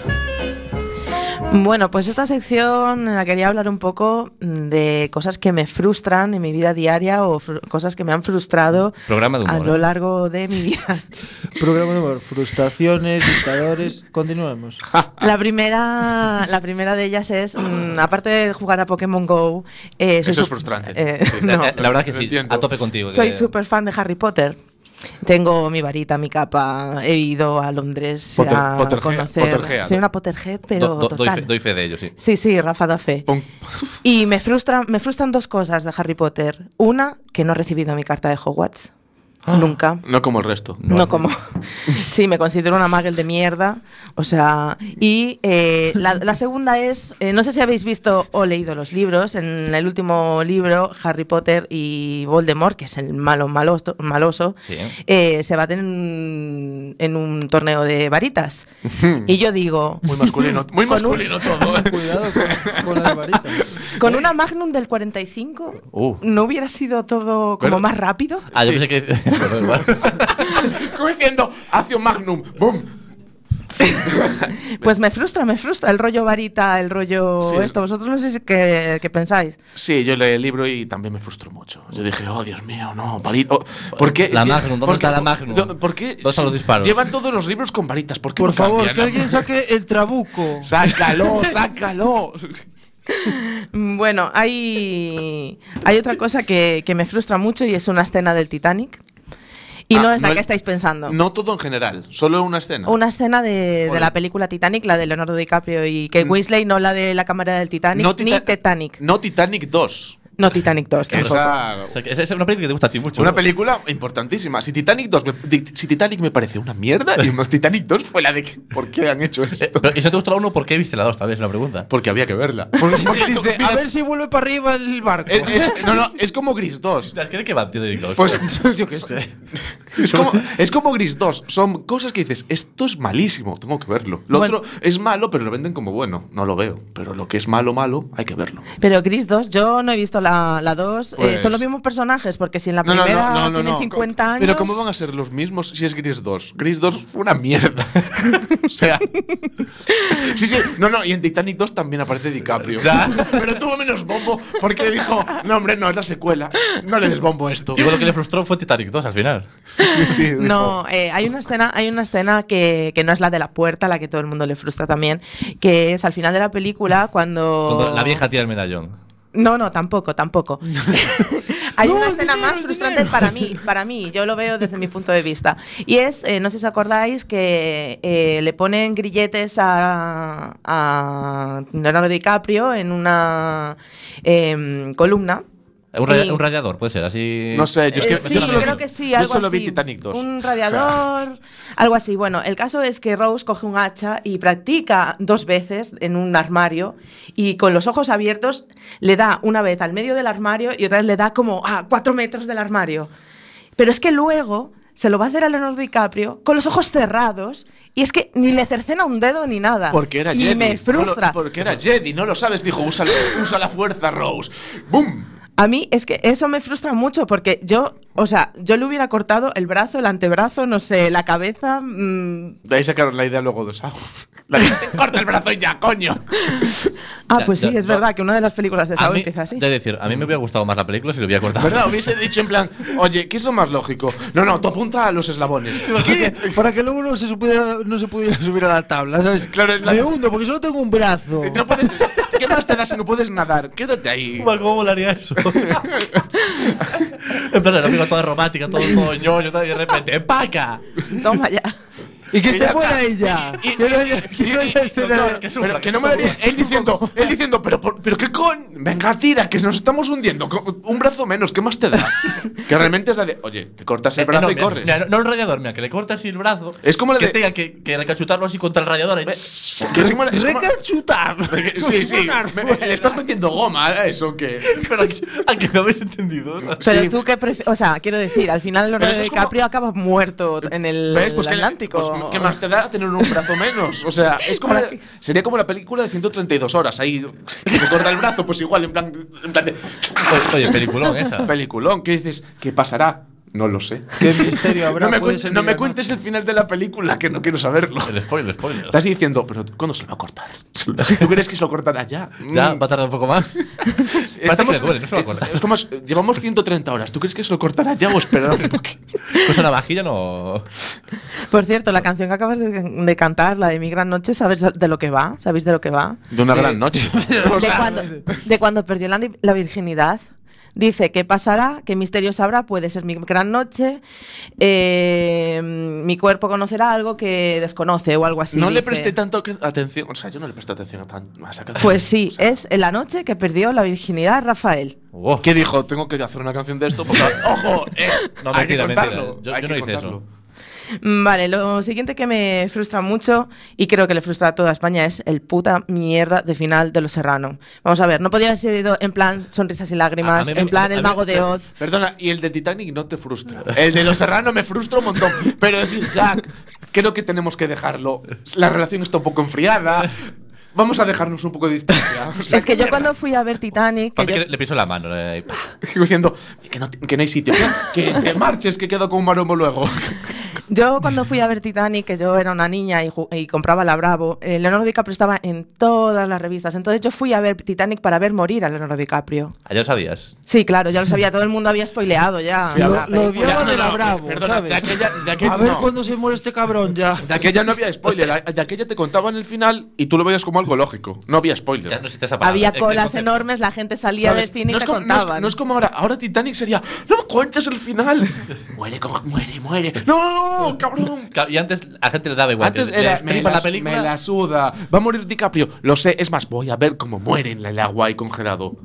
S5: Bueno, pues esta sección en la quería hablar un poco de cosas que me frustran en mi vida diaria o fru- cosas que me han frustrado
S2: Programa de humor,
S5: a lo
S2: ¿eh?
S5: largo de mi vida.
S4: Programa de humor, frustraciones, dictadores. Continuemos.
S5: La primera, la primera de ellas es, mm, aparte de jugar a Pokémon Go, eh,
S3: Eso
S5: soy
S3: es
S5: sup-
S3: frustrante.
S5: eh,
S3: Sí.
S5: no.
S2: Eh, la verdad que
S3: Lo
S2: sí,
S3: entiendo.
S2: a tope contigo.
S5: Soy
S2: que-
S5: súper fan de Harry Potter. Tengo mi varita, mi capa, he ido a Londres
S3: Potter-
S5: a
S3: Potterhead-
S5: conocer.
S3: Potterhead.
S5: Soy una Potterhead, pero
S2: do- do- doy,
S5: total.
S2: fe, doy fe de ello, sí.
S5: Sí, sí, Rafa da fe.
S3: Pon-
S5: Y me frustran, me frustran dos cosas de Harry Potter. Una, que no he recibido mi carta de Hogwarts. Nunca.
S3: No como el resto.
S5: No, como. sí, me considero una magel de mierda. O sea. Y eh, la, la segunda es. eh, no sé si habéis visto o leído los libros. En el último libro, Harry Potter y Voldemort, que es el malo maloso, maloso
S2: Sí.
S5: eh, se baten en, en un torneo de varitas. y yo digo.
S3: Muy masculino, muy masculino todo. ¿eh?
S4: Cuidado con, con las varitas.
S5: Con una Magnum del 45,
S3: Uh.
S5: ¿no hubiera sido todo como
S3: Bueno.
S5: más rápido?
S2: Ah, yo
S3: Sí.
S2: pensé que. Bueno, igual.
S3: Como diciendo, hace un magnum, boom.
S5: Pues me frustra, me frustra el rollo varita, el rollo
S3: Sí, es-
S5: esto. Vosotros no sé si qué, qué pensáis.
S3: Sí, yo leí el libro y también me frustró mucho. Yo dije, oh, Dios mío, no, varita. oh, ¿Por qué?
S2: La Magnum, ¿dónde
S3: ¿por
S2: está
S3: qué-
S2: la Magnum?
S3: do- ¿Por qué?
S2: ¿Dónde están los disparos?
S3: Llevan todos los libros con varitas. ¿Por qué
S4: Por
S3: no
S4: favor,
S3: cambian?
S4: que alguien saque el trabuco.
S3: Sácalo, sácalo.
S5: Mm, Bueno, hay, hay otra cosa que, que me frustra mucho y es una escena del Titanic. Y
S3: Ah,
S5: no es la
S3: no el-
S5: que estáis pensando.
S3: No todo en general, solo una escena.
S5: Una escena de, de
S3: Hola.
S5: la película Titanic, la de Leonardo DiCaprio y Kate Winsley, no la de la cámara del Titanic,
S3: Mm. No
S5: ni
S3: Tita-
S5: Titanic.
S3: No Titanic 2.
S5: No Titanic 2 tampoco.
S3: Esa,
S2: O sea, que esa es una película que te gusta a ti mucho.
S3: Una
S2: ¿no?
S3: película importantísima. Si Titanic 2 me, di- si Titanic me parece una mierda, y no, Titanic 2 fue la de que, ¿por qué han hecho
S2: Eh,
S3: esto?
S2: pero, ¿Y si no te gustó la 1? ¿Por qué viste la 2? También es una pregunta.
S3: Porque había que verla. Porque- porque-
S4: Dice,
S3: mira,
S4: a ver si vuelve para arriba el barco.
S3: es, es- no, no, es como Gris 2.
S2: ¿Las que va, tío, de Nick Lowe?
S3: Pues
S4: Yo qué sé.
S3: es como, es como Gris 2. Son cosas que dices, esto es malísimo, tengo que verlo. Lo
S5: Bueno.
S3: otro es malo, pero lo venden como bueno. No lo veo. Pero lo que es malo, malo, hay que verlo.
S5: Pero Gris 2, yo no he visto la, la 2. eh,
S3: Pues-
S5: son los mismos personajes, porque si en la primera tienen 50 años.
S3: Pero ¿cómo van a ser los mismos si es Gris 2? Gris 2 fue una mierda. o sea. sí, sí. No, no, y en Titanic 2 también aparece DiCaprio. Pero tuvo menos bombo porque dijo, no, hombre, no, es la secuela. No le des bombo a esto.
S2: Igual lo que le frustró fue Titanic 2 al final.
S3: Sí, sí, dijo.
S5: No, eh, hay una escena, hay una escena que, que no es la de la puerta, la que todo el mundo le frustra también, que es al final de la película cuando.
S2: Cuando la vieja tira el medallón.
S5: No, no, tampoco, tampoco. Hay una escena más frustrante para mí, para mí, yo lo veo desde mi punto de vista. Y es, eh, no sé si os acordáis, que eh, le ponen grilletes a, a Leonardo DiCaprio en una em, columna.
S2: Un, radi-
S5: Y-
S2: un radiador, puede ser, así.
S3: No sé, yo es
S5: Eh,
S3: que.
S5: sí,
S3: yo solo
S5: creo
S3: vi,
S5: que sí,
S3: yo
S5: algo
S3: solo vi
S5: así.
S3: Titanic 2.
S5: Un radiador, algo así. Bueno, el caso es que Rose coge un hacha y practica dos veces en un armario y con los ojos abiertos le da una vez al medio del armario y otra vez le da como a cuatro metros del armario. Pero es que luego se lo va a hacer a Leonardo DiCaprio con los ojos cerrados y es que ni le cercena un dedo ni nada.
S3: Porque era
S5: y
S3: Jedi.
S5: me
S3: No lo-
S5: frustra.
S3: porque era Jedi, no lo sabes. Dijo, usa, usa la fuerza, Rose. ¡Bum!
S5: A mí es que eso me frustra mucho porque yo, o sea, yo le hubiera cortado el brazo, el antebrazo, no sé, la cabeza. mm.
S3: De ahí sacaron la idea luego de Sao. La gente, corta el brazo y ya, coño.
S5: Ah,
S2: Ya,
S5: pues sí,
S2: ya,
S5: es
S2: no.
S5: verdad que una de las películas de
S2: A
S5: Saw
S2: mí,
S5: empieza así.
S2: de decir, a mí me hubiera gustado más la película si lo hubiera cortado.
S3: ¿Verdad? Hubiese dicho en plan, oye, ¿qué es lo más lógico? No, no, tú apunta a los eslabones.
S4: ¿Qué? Para que luego no se, supiera- no se pudiera subir a la tabla, ¿sabes?
S3: Claro, es la-
S4: Me hundo porque solo tengo un brazo.
S3: No puedes- ¿Qué más te da si no puedes nadar? Quédate ahí.
S2: Guau, ¿Cómo volaría eso? en plan, la película toda romántica, todo, todo ñoño, tal, y de repente, ¡paca!
S5: Toma ya.
S4: Y que
S3: Y ya
S4: se
S3: está.
S4: fuera ella.
S3: Y-
S4: Quiero
S3: y-
S4: ella- quiero
S3: y-
S4: ella
S3: y-
S4: escena-
S2: que sufra, que
S3: Pero que no me
S2: sufra.
S3: lo digas. Él diciendo, él diciendo, pero, por- pero qué con. Venga, tira, que nos estamos hundiendo. Co- Un brazo menos, ¿qué más te da? Que realmente es la de, oye, te cortas el
S2: Eh, no,
S3: brazo y
S2: mira,
S3: corres.
S2: mira, no, no el radiador, mira, que le cortas así el brazo.
S3: Es como la
S2: que
S3: de-
S2: tenga que, que recachutarlo así contra el radiador. y-
S3: Que es como- es como-
S4: Recachutar.
S3: Sí, sí. Me- le estás metiendo goma a eso que.
S2: Pero a que me habéis entendido. ¿no?
S5: Pero tú qué prefieres. O sea, quiero decir, al final Leonardo
S3: eso es como-
S5: DiCaprio acaba muerto en el,
S3: ¿Ves? Pues que-
S5: Atlántico.
S3: pues, ¿Qué más te da tener un brazo menos? O sea, es como
S5: Para
S3: la-
S5: que-
S3: sería como la película de 132 horas. Ahí que se corta el brazo, pues igual, en plan, en plan de.
S2: Oye, oye, peliculón esa.
S3: Peliculón, ¿qué dices? ¿Qué pasará? No lo sé.
S10: ¿Qué misterio habrá?
S3: No me,
S10: Puede
S3: cuen-
S10: ser
S3: no me
S10: Miguel
S3: cuentes el final de la película, que no quiero saberlo.
S2: El spoiler, el spoiler.
S3: Estás diciendo, pero ¿cuándo se lo va a cortar? ¿Tú crees que se lo cortará ya?
S2: Ya,
S3: Mm.
S2: va a tardar un poco más. Estamos,
S3: Estamos, eh,
S2: que le duele, no se lo va a cortar.
S3: Es como, es- llevamos 130 horas. ¿Tú crees que se lo cortará ya o esperará un poquito?
S2: Pues una vajilla no.
S5: Por cierto, la canción que acabas de, de cantar, la de Mi Gran Noche, ¿sabes de lo que va? ¿Sabéis de lo que va?
S3: De una
S2: Eh,
S3: gran noche.
S5: De cuando, de cuando perdió la, ni- la virginidad. Dice, ¿qué pasará? ¿Qué misterios habrá? Puede ser mi gran noche. eh, mi cuerpo conocerá algo que desconoce o algo así.
S3: no le
S5: dice.
S3: presté tanto que- atención. O sea, yo no le presté atención a, tan, a esa canción.
S5: Pues sí,
S3: O sea,
S5: es en la noche que perdió la virginidad Rafael.
S10: eh.
S2: Wow.
S3: ¿Qué dijo? Tengo que hacer una canción de esto. Porque, ojo, eh,
S2: No,
S3: hay que
S2: mentira, mentira.
S3: contarlo,
S2: Yo-
S3: hay
S2: yo
S3: que
S2: no hice eso.
S3: contarlo.
S5: Mm, Vale, lo siguiente que me frustra mucho y creo que le frustra a toda España es el puta mierda de final de Los Serrano. Vamos a ver, no podía haber sido en plan sonrisas y lágrimas,
S2: mí me-
S5: en plan
S2: a
S5: el
S2: mí-
S5: mago de Oz.
S3: Perdona, y el del Titanic no te frustra. El de los serranos me frustra un montón. Pero decir, Jack, creo que tenemos que dejarlo. La relación está un poco enfriada. Vamos a dejarnos un poco de distancia. O sea,
S5: Es que
S3: qué
S5: yo
S3: mierda.
S5: cuando fui a ver Titanic... que
S2: Papi
S5: yo-
S2: que le piso la mano. eh, y pa.
S3: Sigo diciendo que no, que no hay sitio. Que te marches, que quedo con un marombo luego.
S5: Yo cuando fui a ver Titanic, que yo era una niña y, ju- y compraba la Bravo, eh, Leonardo DiCaprio estaba en todas las revistas. Entonces yo fui a ver Titanic para ver morir a Leonardo DiCaprio.
S2: Ah, ya lo sabías.
S5: Sí, claro, ya lo sabía, todo el mundo había spoileado ya.
S3: Sí,
S5: la
S10: Ah, lo- lo
S5: película.
S10: odiaba
S3: No,
S10: de la
S3: no,
S10: Bravo,
S3: perdona,
S10: ¿sabes?
S3: de aquella- de aquella-
S10: a ver
S3: no.
S10: cuándo se muere este cabrón ya.
S3: De aquella no había spoiler. De aquella te contaban el final y tú lo veías como algo lógico. No había
S2: Ya no
S3: spoiler.
S2: existe esa palabra.
S5: Había
S2: Eh,
S5: colas
S2: concepto.
S5: enormes, la gente salía del
S3: ¿Sabes?
S5: cine y
S3: No es
S5: te
S3: como- no es-
S5: contaban.
S3: no es como ahora. Ahora Titanic sería, no me cuentes el final. muere, con- muere, muere. No, cabrón.
S2: Ca- Y antes a la gente le daba igual. que
S3: Antes
S2: le
S3: era, me
S2: flipa
S3: la,
S2: la película.
S3: me la suda. Va a morir DiCaprio. Lo sé, es más, voy a ver cómo muere en el agua y congelado.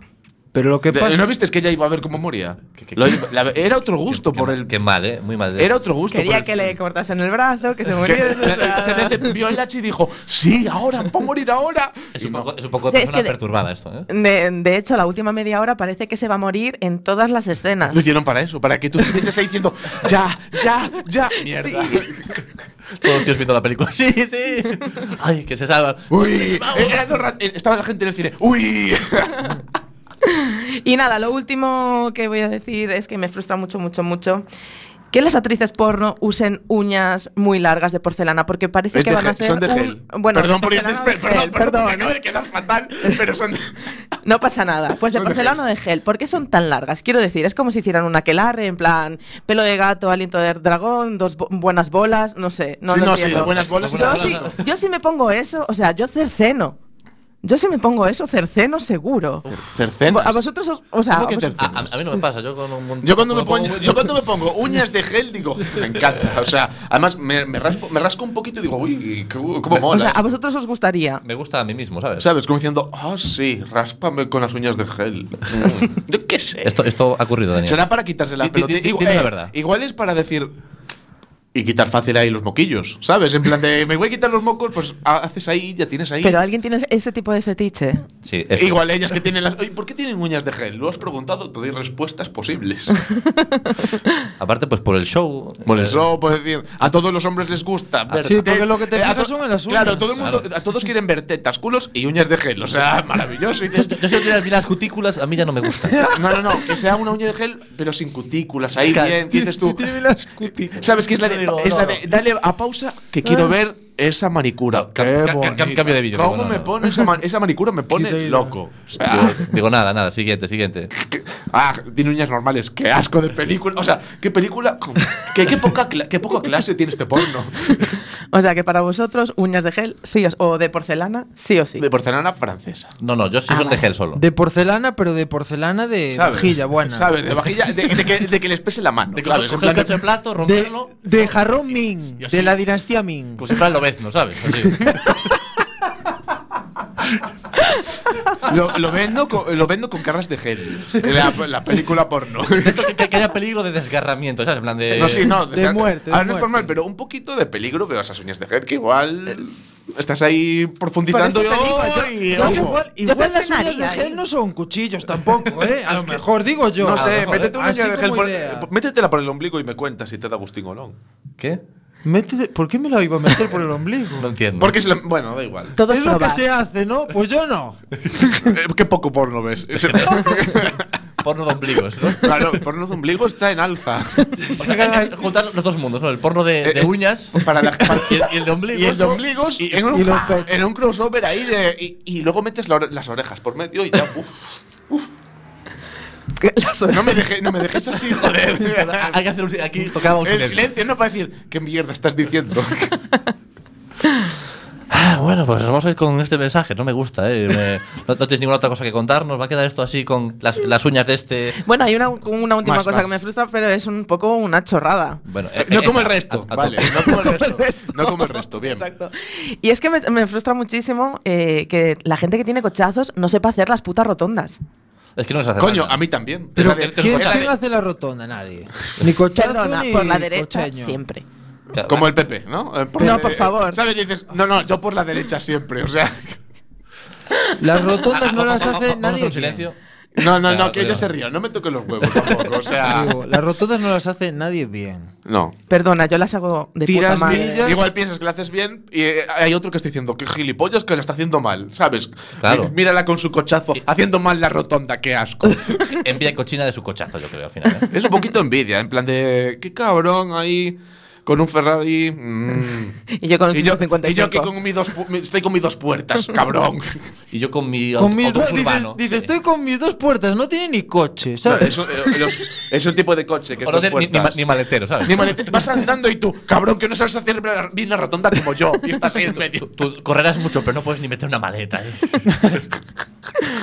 S10: Pero lo que
S3: De-
S10: pasa.
S3: ¿No viste que ella iba a ver cómo moría? Lo iba- la- era otro gusto
S2: Qué-
S3: por
S2: qué-
S3: el.
S2: Qué mal, eh. Muy mal. eh.
S3: Era otro gusto. por
S5: Quería
S3: el
S5: que le
S3: film.
S5: cortasen el brazo, que se
S3: Que-
S5: muriese. o sea.
S3: se decepcionó el H y dijo: Sí, ahora, puedo morir ahora.
S2: Es
S3: Y
S2: un
S3: no.
S2: poco, es un poco
S5: Sí,
S2: de
S5: es
S2: persona
S5: que de-
S2: perturbada esto, eh.
S5: De, de hecho, la última media hora parece que se va a morir en todas las escenas.
S3: Lo hicieron para eso, para que tú estuvieses ahí diciendo: Ya, ya, ya. Mierda.
S2: Todos los tíos viendo la película. Sí, sí. Ay, que se salvan.
S3: Uh, Uy, eh, era todo el rato- estaba la gente en el cine. Uy.
S5: Y nada, lo último que voy a decir es que me frustra mucho, mucho, mucho que las actrices porno usen uñas muy largas de porcelana, porque parece
S3: Es
S5: que
S3: de
S5: van
S3: gel,
S5: a hacer
S3: son de
S5: un-
S3: gel.
S5: bueno,
S3: perdón
S5: de
S3: por ir
S5: porcelana
S3: después,
S5: o de
S3: perdón,
S5: gel,
S3: perdón, me
S5: perdón.
S3: acabo de quedar fatal, pero son.
S5: No pasa nada. Pues de
S3: Son de
S5: porcelana o de gel. ¿Por qué son tan largas? Quiero decir, es como si hicieran una quelarre, en plan pelo de gato, aliento de dragón, dos bo- buenas bolas, no sé. No
S3: Sí,
S5: lo
S3: no, sí,
S5: entiendo.
S3: buenas bolas y
S5: Yo
S3: buenas
S5: sí,
S3: bolas,
S5: yo sí me pongo eso, o sea, yo cerceno. Yo sí me pongo eso, cerceno seguro.
S3: Cercenas.
S5: A vosotros, os- o sea,
S3: ¿Cómo que
S5: a vosotros-
S3: cercenas?
S2: A, a- a mí no me pasa. Yo con un montón-
S3: Yo cuando, me
S2: pongo-
S3: pongo, yo cuando me pongo uñas de gel digo, me encanta. O sea, además me, me raspo, me rasco un poquito y digo, uy, qué- cómo
S5: o sea,
S3: mola. ¿eh?
S5: a vosotros os gustaría.
S2: Me gusta a mí mismo, ¿sabes?
S3: ¿Sabes? Como diciendo, ah, sí, ráspame con las uñas de gel. Mm, yo qué sé.
S2: Esto, esto ha ocurrido, Daniel.
S3: Será para quitarse la
S2: Di- di-
S3: pelota.
S2: di-
S3: Igu-
S2: dime la
S3: eh,
S2: verdad.
S3: Igual es para decir. Y quitar fácil ahí los moquillos, ¿sabes? En plan de, me voy a quitar los mocos, pues ha- haces ahí, ya tienes ahí.
S5: Pero alguien tiene ese tipo de fetiche.
S2: Sí, es que-
S3: Igual ellas que tienen las. Oye, ¿Por qué tienen uñas de gel? Lo has preguntado, te doy respuestas posibles.
S2: Aparte, pues por el show.
S3: Por
S2: eh,
S3: eso, puedo decir, a todos los hombres les gusta.
S2: Ah,
S3: ver-
S10: sí, porque lo que te
S3: eh, a
S10: fijas
S3: to-
S10: son en las uñas.
S3: Claro, todo el mundo, a todos quieren ver tetas, culos y uñas de gel. O sea, maravilloso. Y dices,
S2: Yo si no tienes bien las cutículas, a mí ya no me gusta.
S3: no, no, no, que sea una uña de gel, pero sin cutículas. Ahí
S2: Claro.
S3: bien, dices tú. ¿Sabes qué es la de,
S2: Digo,
S3: es la
S2: no,
S3: de- Dale a pausa que quiero ver esa
S2: Cam-
S3: manicura. Qué
S2: cam- cam-
S3: bonita.
S2: cambio de vídeo,
S3: ¿Cómo
S2: digo, no,
S3: me
S2: no.
S3: pone esa, ma- esa manicura? Me
S10: Quita
S3: pone
S10: idea.
S3: loco. O sea,
S2: Digo, digo, nada, nada, siguiente, siguiente.
S3: Ah, tiene uñas normales. Qué asco de película. O sea, qué película. Qué, qué poca, cla- qué poca clase tiene este porno.
S5: O sea que para vosotros, uñas de gel, sí o, o de porcelana, sí o sí.
S3: De porcelana francesa.
S2: No, no, yo sí
S5: Ah,
S2: son de
S5: vale.
S2: gel solo.
S10: De porcelana, pero de porcelana de vajilla buena.
S3: ¿Sabes? De vajilla, de, de que, de que les pese la mano.
S2: De
S3: ¿sabes?
S2: coger
S3: En
S2: el
S3: plan
S2: cacho de
S3: de-
S2: plato,
S10: De,
S2: romperlo.
S10: de jarrón Ming,
S2: así.
S10: de la dinastía Ming.
S2: Como si fuera el obezno, ¿sabes? Así.
S3: lo, lo vendo con, lo vendo con carras de gel. La, la película porno.
S2: Esto que, que haya peligro de desgarramiento, ¿sabes? En plan de.
S3: No, sí, no.
S10: de muerte, de
S3: Ahora no es
S10: muerte.
S3: formal, pero un poquito de peligro veo esas uñas de gel que igual. Estás ahí profundizando
S5: Por eso te
S3: y-
S5: digo, yo-
S3: ojo.
S10: Igual,
S5: Yo
S10: igual las
S5: cercenaría,
S10: uñas de
S5: ¿eh?
S10: gel no son cuchillos tampoco, ¿eh? A lo mejor digo yo.
S3: No
S10: A lo
S3: sé,
S10: mejor,
S3: métete
S10: ¿eh?
S3: una uña
S10: Así
S3: de gel
S10: como
S3: por,
S10: idea.
S3: métetela por el ombligo y me cuentas si te da Agustín o no.
S2: ¿Qué?
S10: Métete- ¿Por qué me la iba a meter por el ombligo?
S2: No entiendo.
S3: Porque es la- bueno, da igual.
S5: Todo es
S10: es lo que
S5: probar.
S10: se hace, ¿no? Pues yo no.
S3: Eh, Qué poco porno ves. Es-
S2: porno de ombligos, ¿no?
S3: Claro, el porno de ombligo está en alza.
S2: Juntar los dos mundos, ¿no? El porno de, de
S3: Eh, es-
S2: uñas
S3: Para las
S2: y el, y el de ombligos.
S3: Y el de
S2: ¿no?
S3: ombligos
S2: Y-
S3: en, un,
S10: y los pe-
S3: en un crossover ahí de, y, y luego metes la ore- las orejas por medio y ya, uff, uff. No me, deje- no me dejes así, joder.
S2: Hay que hacer un, si- aquí tocaba un
S3: El
S2: silencio. Eh,
S3: silencio no para decir, ¿qué mierda estás diciendo?
S2: Ah, bueno, pues vamos a ir con este mensaje. No me gusta, ¿eh? Me- no, no tenéis ninguna otra cosa que contarnos. Va a quedar esto así con las, las uñas de este.
S5: Bueno, hay una, una última
S3: Más,
S5: cosa
S3: más.
S5: que me frustra, pero es un poco una chorrada.
S2: Bueno, eh,
S3: no
S2: eh,
S3: como el
S2: esa,
S3: resto.
S2: a- a
S3: vale,
S2: tope.
S3: no como el resto. No como el resto, Pues bien.
S5: Exacto. Y es que me, me frustra muchísimo eh, que la gente que tiene cochazos no sepa hacer las putas rotondas.
S2: Es que no les hace
S3: Coño,
S2: daño.
S3: a mí también.
S2: Pero
S3: Vale,
S2: que- que-
S10: ¿Quién,
S3: es la
S10: quién
S3: de-
S10: hace la rotonda? Nadie. Ni cochazo
S5: Perdona,
S10: ni
S5: por la derecha
S10: cocheño.
S5: siempre.
S2: Claro,
S3: Como el PP, ¿no? Eh,
S5: No,
S3: la-
S5: por favor.
S3: ¿Sabes? Y dices, no, no, yo por la derecha siempre. O sea,
S10: Las rotondas no las
S2: Vamos a
S10: hace
S2: hacer
S10: nadie.
S2: un silencio.
S10: Bien.
S3: no, no,
S2: Claro,
S3: no, que ella
S2: pero-
S3: se ría. No me toques los huevos tampoco. O sea,
S10: Digo, las rotondas no las hace nadie bien.
S3: no.
S5: Perdona, yo las hago de
S10: Tiras
S5: puta madre.
S10: millas.
S3: Igual piensas que lo haces bien y eh, hay otro que está diciendo que gilipollas que lo está haciendo mal, ¿sabes?
S2: Claro.
S3: M- Mírala con su cochazo, haciendo mal la rotonda, qué asco.
S2: Envía cochina de su cochazo, yo creo, al final. ¿eh?
S3: es un poquito envidia, en plan de, qué cabrón ahí con un Ferrari. mm.
S5: Y yo con el
S3: y, yo, y yo
S5: 155.
S3: que con mi dos pu- mi- estoy con mis dos puertas, cabrón.
S2: Y yo con mi
S10: Con
S2: auto-
S10: mis dos,
S2: autobús
S10: dices,
S2: urbano.
S10: dices,
S2: sí.
S10: estoy con mis dos puertas, no tiene ni coche,
S3: No,
S10: ¿sabes?
S3: es, un- eh, los- es un tipo de coche que
S2: O
S3: es
S2: no
S3: dos
S2: ser ni, ni ma-
S3: puertas.
S2: ni maletero, ¿sabes?
S3: Ni malete- Vas andando y tú, cabrón, que no sabes hacer bien la rotonda como yo, y estás ahí en medio.
S2: Tú correrás mucho, pero no puedes ni meter una maleta. ¿eh?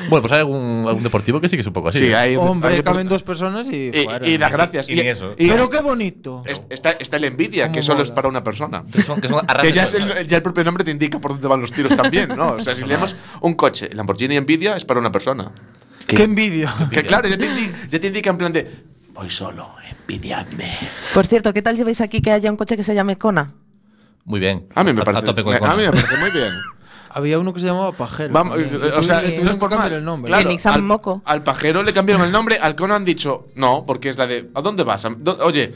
S2: bueno, pues hay algún, algún deportivo que sí que es un poco así. ¿eh?
S3: hay
S10: Hombre,
S3: hay-
S10: caben dos personas y,
S3: Y,
S10: fuera.
S3: y las gracias.
S2: Y ni eso.
S10: Pero qué bonito.
S3: Es- Está, está la envidia,
S10: Cómo
S3: que solo
S10: mola.
S3: es para una persona.
S2: Que son, que son
S3: Que
S2: arranques
S3: ya, es
S2: de-
S3: el, ya el propio nombre te indica por dónde van los tiros también, ¿no? O sea, si leemos un coche, Lamborghini Envidia es para una persona.
S10: qué envidia.
S3: Que claro, ya te, indi- ya te indica en plan de. Voy solo, envidiadme.
S5: Por cierto, ¿qué tal lleváis aquí que haya un coche que se llame Kona?
S2: Muy bien.
S3: A mí me
S2: A
S3: parece,
S2: tope con
S3: me-
S2: el
S3: a mí me
S2: cono.
S3: parece muy bien.
S10: Había uno que se llamaba Pajero.
S3: Vamos,
S10: también,
S3: eh,
S10: y
S3: o sea,
S10: tuvieron-
S3: tú no es
S10: tuvieron
S3: por
S10: que
S3: mal.
S10: cambiar el nombre.
S3: Claro,
S5: En Ixam
S3: al,
S5: Moco.
S3: al pajero le cambiaron el nombre, al cono han dicho no, porque es la de. ¿A dónde vas? ¿A dó- Oye,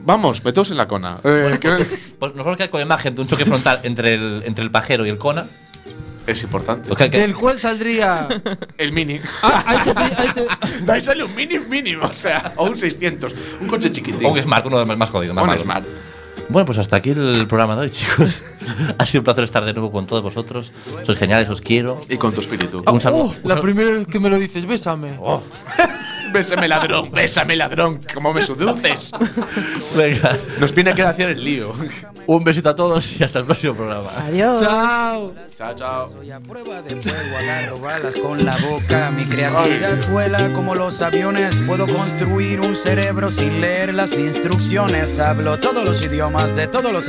S3: vamos, meteos en la cona. Eh, que-
S2: Pues nos vamos a quedar con la imagen de un choque frontal entre el, entre el pajero y el cona.
S3: es importante.
S2: Pues que- que-
S10: Del cual saldría.
S3: El mini.
S10: Ah, hay que pe- hay que-
S3: Ahí sale un mini mínimo, o sea, o un 600. Un coche chiquitín.
S2: o un smart, uno de los más jodidos. más
S3: Un
S2: malos.
S3: Smart.
S2: Bueno, pues hasta aquí el programa de hoy, chicos. ha sido un placer estar de nuevo con todos vosotros. Sois geniales, os quiero.
S3: Y con tu espíritu.
S2: Un saludo.
S10: Oh, la primera vez que me lo dices, bésame.
S3: Bésame ladrón, bésame ladrón, como me seduces.
S2: Venga.
S3: Nos viene a quedar hacer el lío.
S2: Un besito a todos y hasta el próximo programa.
S5: Adiós.
S10: Chao.
S3: Chao, chao.
S7: Soy a prueba de fuego, agarro balas con la boca. Mi creatividad vuela como los aviones. Puedo construir un cerebro sin leer las instrucciones. Hablo todos los idiomas de todos los